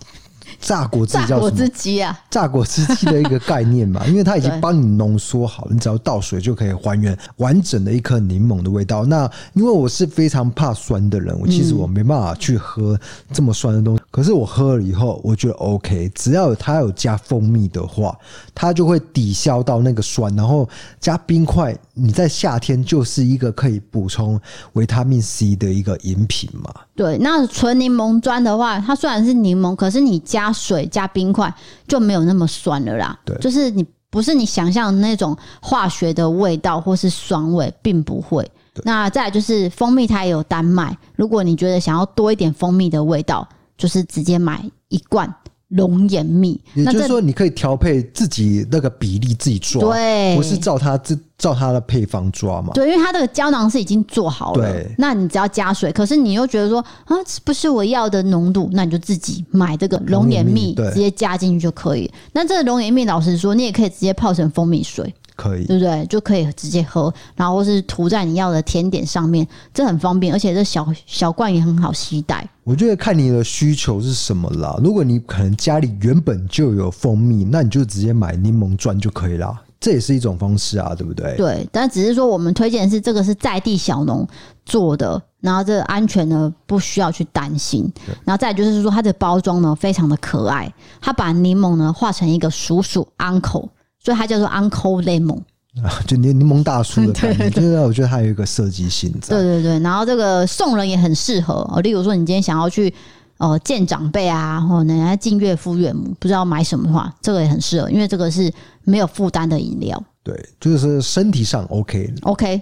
S2: 榨果汁
S1: 榨
S2: 叫
S1: 果
S2: 什么
S1: 汁？机啊！
S2: 榨果汁机的一个概 念嘛，因为它已
S1: 对
S2: 经帮你浓缩好了，你只要倒水就可以还原完整的一颗柠檬的味道。那因为我是非常怕酸的人，我其实我没办法去喝这么酸的东西。可是我喝了以后，我觉得 OK，只要它有加蜂蜜的话，它就会抵消到那个酸，然后加冰块，你在夏天就是一个可以补充维他命 C 的一个饮品嘛。
S1: 对，那纯柠檬砖的话，它虽然是柠檬，可是你加水加冰块就没有那么酸了啦。
S2: 对
S1: 就是你不是你想象的那种化学的味道或是酸味，并不会。那再来就是蜂蜜，它也有单卖。如果你觉得想要多一点蜂蜜的味道，就是直接买一罐龙眼蜜。
S2: 也
S1: 那
S2: 就是
S1: 这
S2: 说，你可以调配自己那个比例自己抓，
S1: 对
S2: 不是照它自照它的配方抓嘛。
S1: 对，因为它这个胶囊是已经做好了
S2: 对，
S1: 那你只要加水，可是你又觉得说啊，这不是我要的浓度，那你就自己买这个龙
S2: 龙
S1: 眼
S2: 眼
S1: 蜜，
S2: 蜜对
S1: 直接加进去就可以。那这个龙眼蜜，老实说，你也可以直接泡成蜂蜜水，
S2: 可以，
S1: 对不对？就可以直接喝，然后或是涂在你要的甜点上面，这很方便，而且这小小罐也很好携带。
S2: 我觉得看你的需求是什么啦。如果你可能家里原本就有蜂蜜，那你就直接买柠檬砖就可以啦，这也是一种方式啊，对不对？
S1: 对，但只是说我们推荐的是这个是在地小农做的，然后这个安全呢不需要去担心。然后再来就是说它的包装呢非常的可爱，它把柠檬呢画成一个叔叔 uncle，所以它叫做 uncle lemon。
S2: 啊， 就柠柠檬大叔的感 觉，就是我觉得它有一个设计性
S1: 对
S2: 啊在。
S1: 对对，然后这个送人也很适合哦，例如说你今天想要去。呃，见长辈啊，或人家敬岳父岳母，不知道买什么的话，这个也很适合，因为这个是没有负担的饮料。
S2: 对，就是身体上 OK，
S1: OK，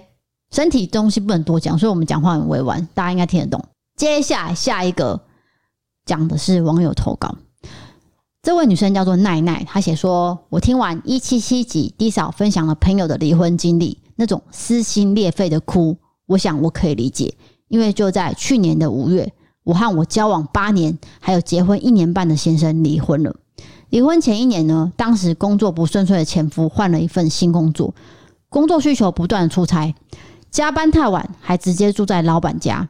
S1: 身体东西不能多讲，所以我们讲话很委婉，大家应该听得懂。接下来下一个讲的是网友投稿，这位女生叫做奈奈，她写说：“我听完一七七集低嫂分享了朋友的离婚经历，那种撕心裂肺的哭，我想我可以理解，因为就在去年的五月，我和我交往八年还有结婚一年半的先生离婚了。”离婚前一年呢，当时工作不顺遂的前夫换了一份新工作，工作需求不断地出差，加班太晚，还直接住在老板家。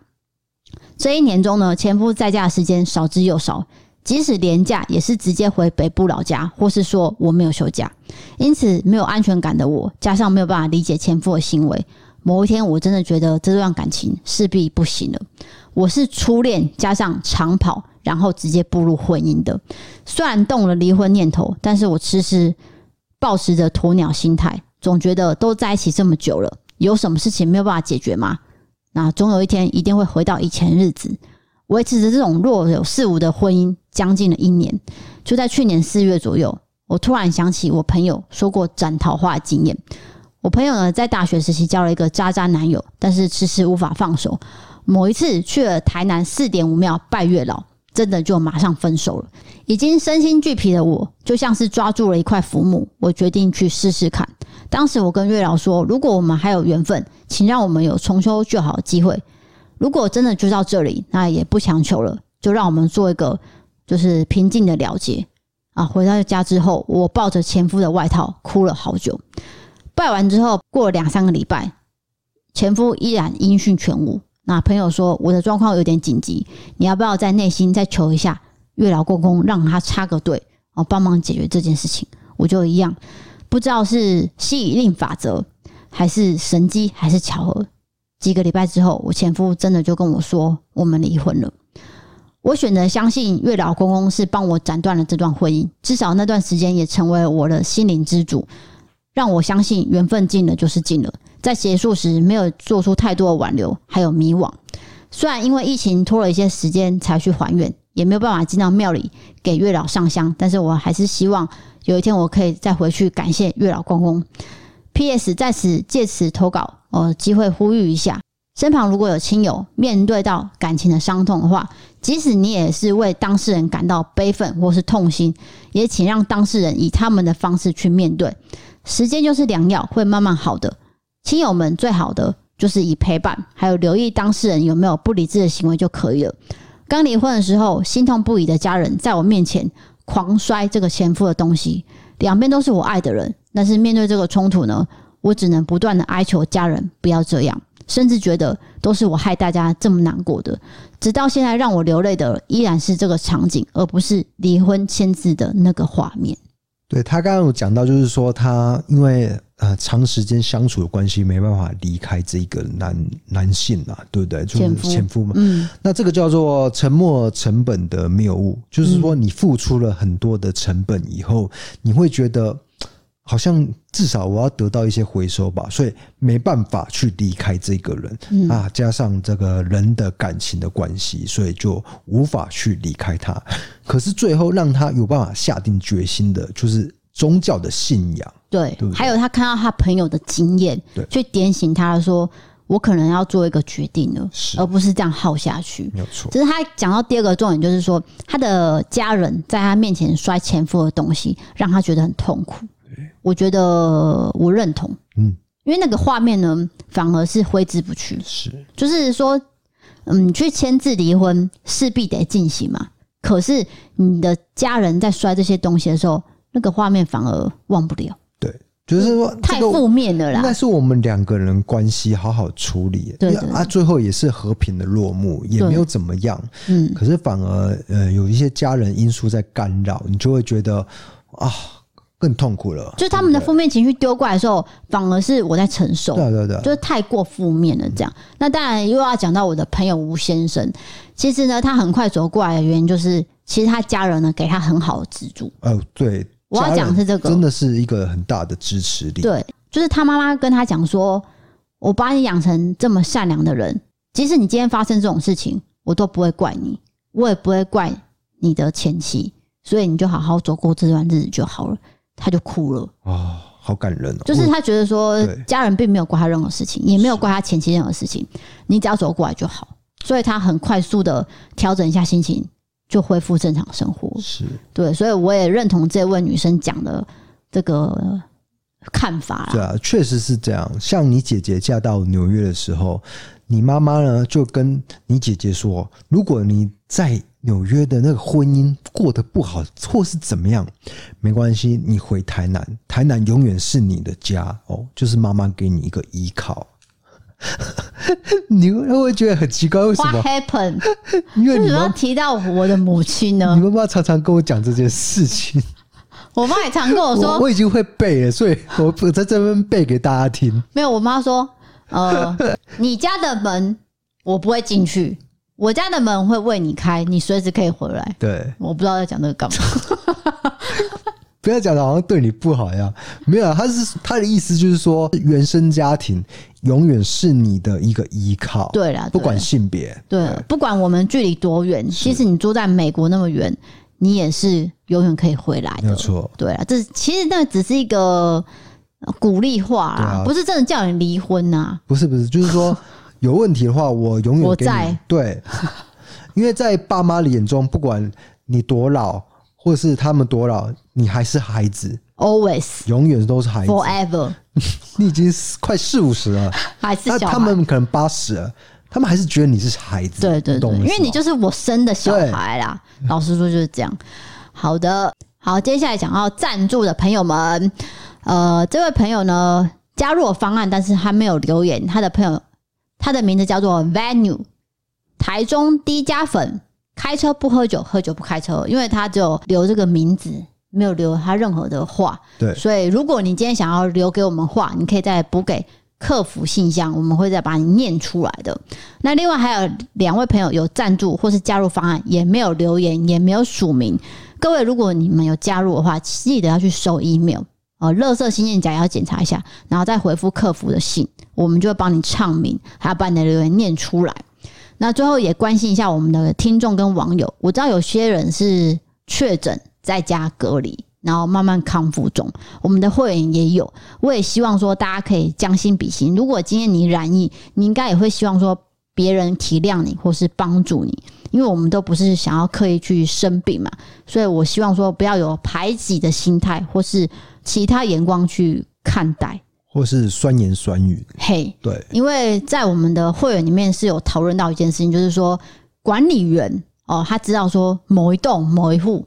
S1: 这一年中呢，前夫在家的时间少之又少，即使连假也是直接回北部老家，或是说我没有休假，因此没有安全感的我，加上没有办法理解前夫的行为，某一天我真的觉得这段感情势必不行了。我是初恋加上长跑，然后直接步入婚姻的。虽然动了离婚念头，但是我迟迟抱持着鸵鸟心态，总觉得都在一起这么久了，有什么事情没有办法解决吗？那总有一天一定会回到以前日子。维持着这种若有似无的婚姻将近了一年，就在去年四月左右，我突然想起我朋友说过斩桃花的经验。我朋友呢，在大学时期交了一个渣渣男友，但是迟迟无法放手。某一次去了台南四点五庙拜月老，真的就马上分手了。已经身心俱疲的我，就像是抓住了一块浮木，我决定去试试看。当时我跟月老说，如果我们还有缘分，请让我们有重修旧好的机会。如果真的就到这里，那也不强求了，就让我们做一个就是平静的了结啊。回到家之后，我抱着前夫的外套哭了好久。拜完之后，过了两三个礼拜，前夫依然音讯全无。那朋友说我的状况有点紧急，你要不要在内心再求一下月老公公，让他插个队哦，帮忙解决这件事情？我就一样，不知道是吸引力法则，还是神机，还是巧合。几个礼拜之后，我前夫真的就跟我说我们离婚了。我选择相信月老公公是帮我斩断了这段婚姻，至少那段时间也成为我的心灵支柱，让我相信缘分尽了就是尽了。在结束时没有做出太多的挽留，还有迷惘。虽然因为疫情拖了一些时间才去还愿，也没有办法进到庙里给月老上香，但是我还是希望有一天我可以再回去感谢月老公公。P.S. 在此借此投稿，呃，机会呼吁一下，身旁如果有亲友面对到感情的伤痛的话，即使你也是为当事人感到悲愤或是痛心，也请让当事人以他们的方式去面对。时间就是良药，会慢慢好的。亲友们最好的就是以陪伴，还有留意当事人有没有不理智的行为就可以了。刚离婚的时候，心痛不已的家人在我面前狂摔这个前夫的东西，两边都是我爱的人，但是面对这个冲突呢，我只能不断的哀求家人不要这样，甚至觉得都是我害大家这么难过的。直到现在，让我流泪的依然是这个场景，而不是离婚签字的那个画面。
S2: 对他刚刚有讲到，就是说他因为呃长时间相处的关系，没办法离开这个男男性啊，对不对？就是
S1: 前夫
S2: 前夫嘛。
S1: 嗯，
S2: 那这个叫做沉没成本的谬误，就是说你付出了很多的成本以后，你会觉得好像至少我要得到一些回收吧，所以没办法去离开这个人、啊，加上这个人的感情的关系，所以就无法去离开他。可是最后让他有办法下定决心的，就是宗教的信仰。
S1: 对
S2: 对不，对
S1: 还有他看到他朋友的经验
S2: 对，
S1: 去点醒他说：“我可能要做一个决定了，
S2: 是
S1: 而不是这样耗下去。
S2: 没有”错，
S1: 只是他讲到第二个重点，就是说他的家人在他面前摔前夫的东西，让他觉得很痛苦。我觉得我认同，
S2: 嗯，
S1: 因为那个画面呢，反而是挥之不去。
S2: 是
S1: 就是说，嗯，你去签字离婚势必得进行嘛。可是你的家人在摔这些东西的时候，那个画面反而忘不了。
S2: 对，就是说
S1: 太
S2: 这个
S1: 负面了
S2: 应该
S1: 啦。
S2: 是我们两个人关系好好处理，
S1: 对
S2: 那
S1: 对
S2: 啊，最后也是和平的落幕，也
S1: 对
S2: 没有怎么样。
S1: 嗯，
S2: 可是反而呃有一些家人因素在干扰，你就会觉得啊更痛苦了。
S1: 就是他们的负面情绪丢过来的时候，反而是我在承受
S2: 对，啊对啊对啊
S1: 就是太过负面了。这样，那当然又要讲到我的朋友吴先生，其实呢，他很快走过来的原因就是，其实他家人呢给他很好的资助。
S2: 呃对，
S1: 我要
S2: 家人
S1: 讲的是这个
S2: 真的是一个很大的支持力。
S1: 对，就是他妈妈跟他讲说：“我把你养成这么善良的人，即使你今天发生这种事情，我都不会怪你，我也不会怪你的前妻，所以你就好好走过这段日子就好了。”他就哭了。
S2: 啊、好感人哦。
S1: 就是
S2: 我
S1: 他觉得说
S2: 对
S1: 家人并没有怪他任何事情，也没有怪他前妻任何事情，你只要走过来就好。所以他很快速的调整一下心情，就恢复正常生活。
S2: 嗯是
S1: 对，所以我也认同这位女生讲的这个呃看法
S2: 对
S1: 啦。
S2: 啊，确实是这样。像你姐姐嫁到纽约的时候，你妈妈呢就跟你姐姐说，如果你在纽约的那个婚姻过得不好，或是怎么样，没关系，你回台南，台南永远是你的家哦，就是妈妈给你一个依靠。 你会会觉得很奇怪，为什
S1: What
S2: 么？
S1: happened？
S2: 因为
S1: 为
S2: 你
S1: 什么要
S2: 妈
S1: 提到我的母亲
S2: 你
S1: 呢？
S2: 妈妈常常跟我讲这件事情，
S1: 我妈也常跟我
S2: 我
S1: 哦说，
S2: 我已经会背了，所以我我在这边背给大家听。
S1: 没有，我妈说， 呃，你家的门我不会进去，我家的门会为你开，你随时可以回来。
S2: 对，
S1: 我不知道在讲这个干嘛。
S2: 不要讲的好像对你不好一样，没有啊，他是他的意思就是说，原生家庭永远是你的一个依靠，
S1: 对啦，对啦
S2: 不管性别，
S1: 对，不管我们距离多远，即使你住在美国那么远，你也是永远可以回来
S2: 没有
S1: 的。
S2: 错，
S1: 对啊，这其实那只是一个呃鼓励话
S2: 对
S1: 啦
S2: 啊，
S1: 不是真的叫你离婚啊呐。
S2: 不是不是，就 是说有问题的话，我永远
S1: 我
S2: 给你
S1: 在
S2: 对，因为在爸妈的眼中，不管你多老，或是他们多老，你还是孩子，
S1: Always,
S2: 永远都是孩子，
S1: forever，
S2: 你已经快四五十了，
S1: 还是
S2: 那
S1: 小
S2: 他
S1: 孩。
S2: 们可能八十了，他们还是觉得你是孩子，
S1: 对对对，
S2: 懂了
S1: 因为
S2: 是吗
S1: 你就是我生的小孩啦。老实说就是这样。好的，好，接下来讲到赞助的朋友们，呃，这位朋友呢加入我方案，但是他没有留言。他的朋友，他的名字叫做 Venue，台中低加粉，开车不喝酒，喝酒不开车，因为他只有留这个名字。没有留他任何的话，
S2: 对
S1: 所以如果你今天想要留给我们话，你可以再补给客服信箱，我们会再把你念出来的。那另外还有两位朋友有赞助或是加入方案，也没有留言，也没有署名。各位，如果你们有加入的话，记得要去收 email，呃，垃圾信件夹要检查一下，然后再回复客服的信，我们就会帮你唱名，还要把你的留言念出来。那最后也关心一下我们的听众跟网友，我知道有些人是确诊在家隔离，然后慢慢康复中，我们的会员也有，我也希望说大家可以将心比心。如果今天你染疫，你应该也会希望说别人体谅你或是帮助你，因为我们都不是想要刻意去生病嘛，所以我希望说不要有排挤的心态或是其他眼光去看待。
S2: 或是酸言酸语，
S1: 嘿，
S2: 对
S1: 因为在我们的会员里面是有讨论到一件事情，就是说管理员哦，他知道说某一栋某一户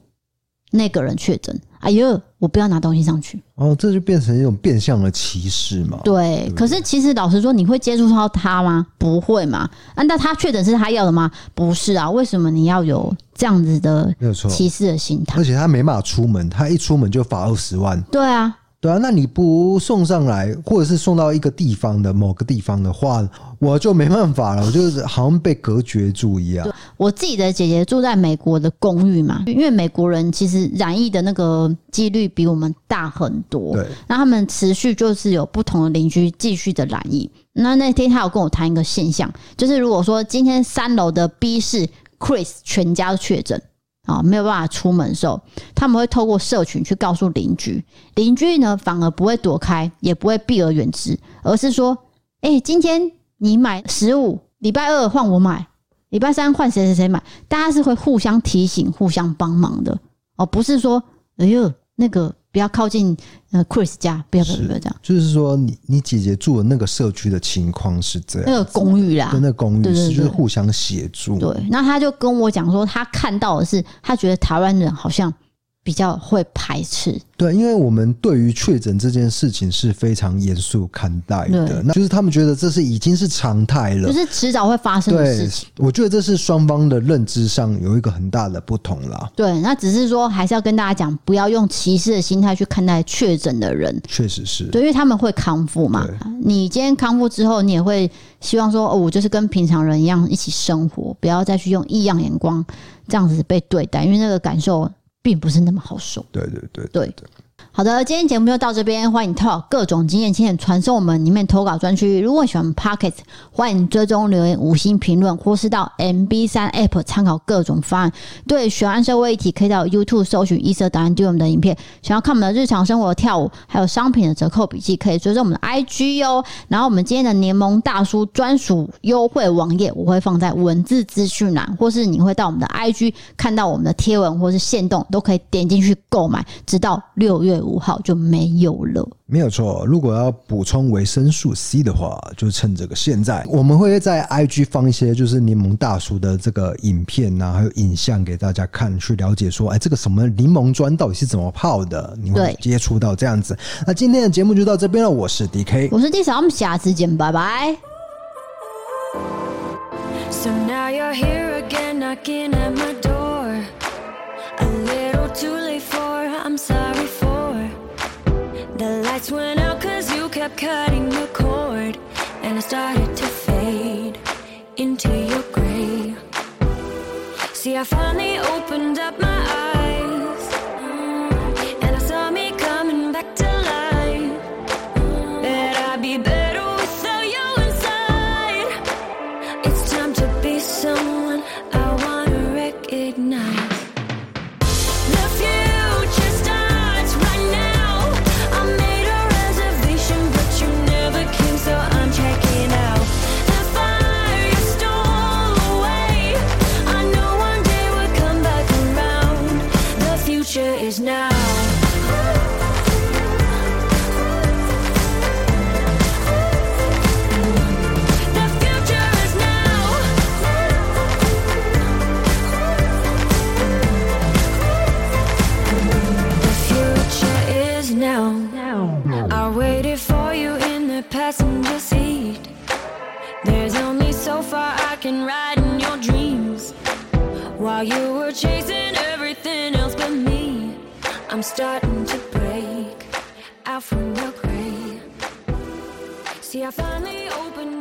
S1: 那个人确诊，哎呦，我不要拿东西上去。
S2: 哦，这就变成一种变相的歧视嘛。
S1: 对，可是其实老实说，你会接触到他吗？不会嘛。啊，那他确诊是他要的吗？不是啊，为什么你要有这样子的
S2: 没有错。
S1: 歧视的心态
S2: 而？且他没办法出门，他一出门就罚二十万。
S1: 对啊，
S2: 对啊，那你不送上来，或者是送到一个地方的某个地方的话，我就没办法了，我就是好像被隔绝住一样。
S1: 我自己的姐姐住在美国的公寓嘛，因为美国人其实染疫的那个几率比我们大很多。
S2: 对，
S1: 那他们持续就是有不同的邻居继续的染疫。那那天他有跟我谈一个现象，就是如果说今天三楼的 B 室 Chris 全家都确诊啊、没有办法出门的时候，他们会透过社群去告诉邻居，邻居呢反而不会躲开，也不会避而远之，而是说，哎、今天你买食物，礼拜二换我买，礼拜三换谁谁谁买，大家是会互相提醒、互相帮忙的哦，不是说，哎呦，那个不要靠近呃 Chris 家，不要不要
S2: 是
S1: 不要这样，
S2: 就是说你你姐姐住的那个社区的情况是这
S1: 那个
S2: 样，
S1: 公寓啦，
S2: 跟那个公寓
S1: 啊对对
S2: 是
S1: 对
S2: 就是互相协助。
S1: 对，那他就跟我讲说，他看到的是，他觉得台湾人好像比较会排斥，
S2: 对，因为我们对于确诊这件事情是非常严肃看待的
S1: 对，
S2: 那就是他们觉得这是已经是常态了
S1: 就。是迟早会发生的事
S2: 对
S1: 情。，
S2: 我觉得这是双方的认知上有一个很大的不同啦，
S1: 对，那只是说还是要跟大家讲，不要用歧视的心态去看待确诊的人，
S2: 确实是。
S1: 对，因为他们会康复嘛
S2: 对。
S1: 你今天康复之后，你也会希望说，哦，我就是跟平常人一样一起生活，不要再去用异样眼光这样子被对待，因为那个感受并不是那么好受。
S2: 对对对
S1: 对好的，今天节目就到这边，欢迎投稿各种经验，请你传送我们里面投稿专区。如果喜欢 Pocket，欢迎追踪留言、五星评论，或是到 MB 三 App 参考各种方案。对悬案社会议题，可以到 YouTube 搜寻“一色答案”对我们的影片。想要看我们的日常生活、跳舞，还有商品的折扣笔记，可以追踪我们的 IG 哟、然后我们今天的联盟大叔专属优惠网页，我会放在文字资讯栏，或是你会到我们的 IG 看到我们的贴文或是线动，都可以点进去购买，直到六月五号就没有了。
S2: 没有错，如果要补充维生素 C 的话，就趁这个现在，我们会在 IG 放一些就是柠檬大叔的这个影片呐、还有影像给大家看，去了解说，哎，这个什么柠檬砖到底是怎么泡的？你会
S1: 对
S2: 接触到这样子。那今天的节目就到这边了，我是 DK，
S1: 我是地嫂，我们下次见，拜拜。
S3: So now you're here again, knocking at my door. A little too late for, I'm sorry for. The lights went out cause you kept cutting the cord. And I started to fade into your gray. See, I finally opened up my eyes. Mm, And I saw me coming back to life. Bet I'd be better without you inside. It's time to be someone I wanna recognize. The future starts right now. I made a reservation, but you never came, so I'm checking out. The fire stole away. I know one day we'll come back around. The future is now. The future is now. and riding your dreams while you were chasing everything else but me. I'm starting to break out from your grave. See, I finally opened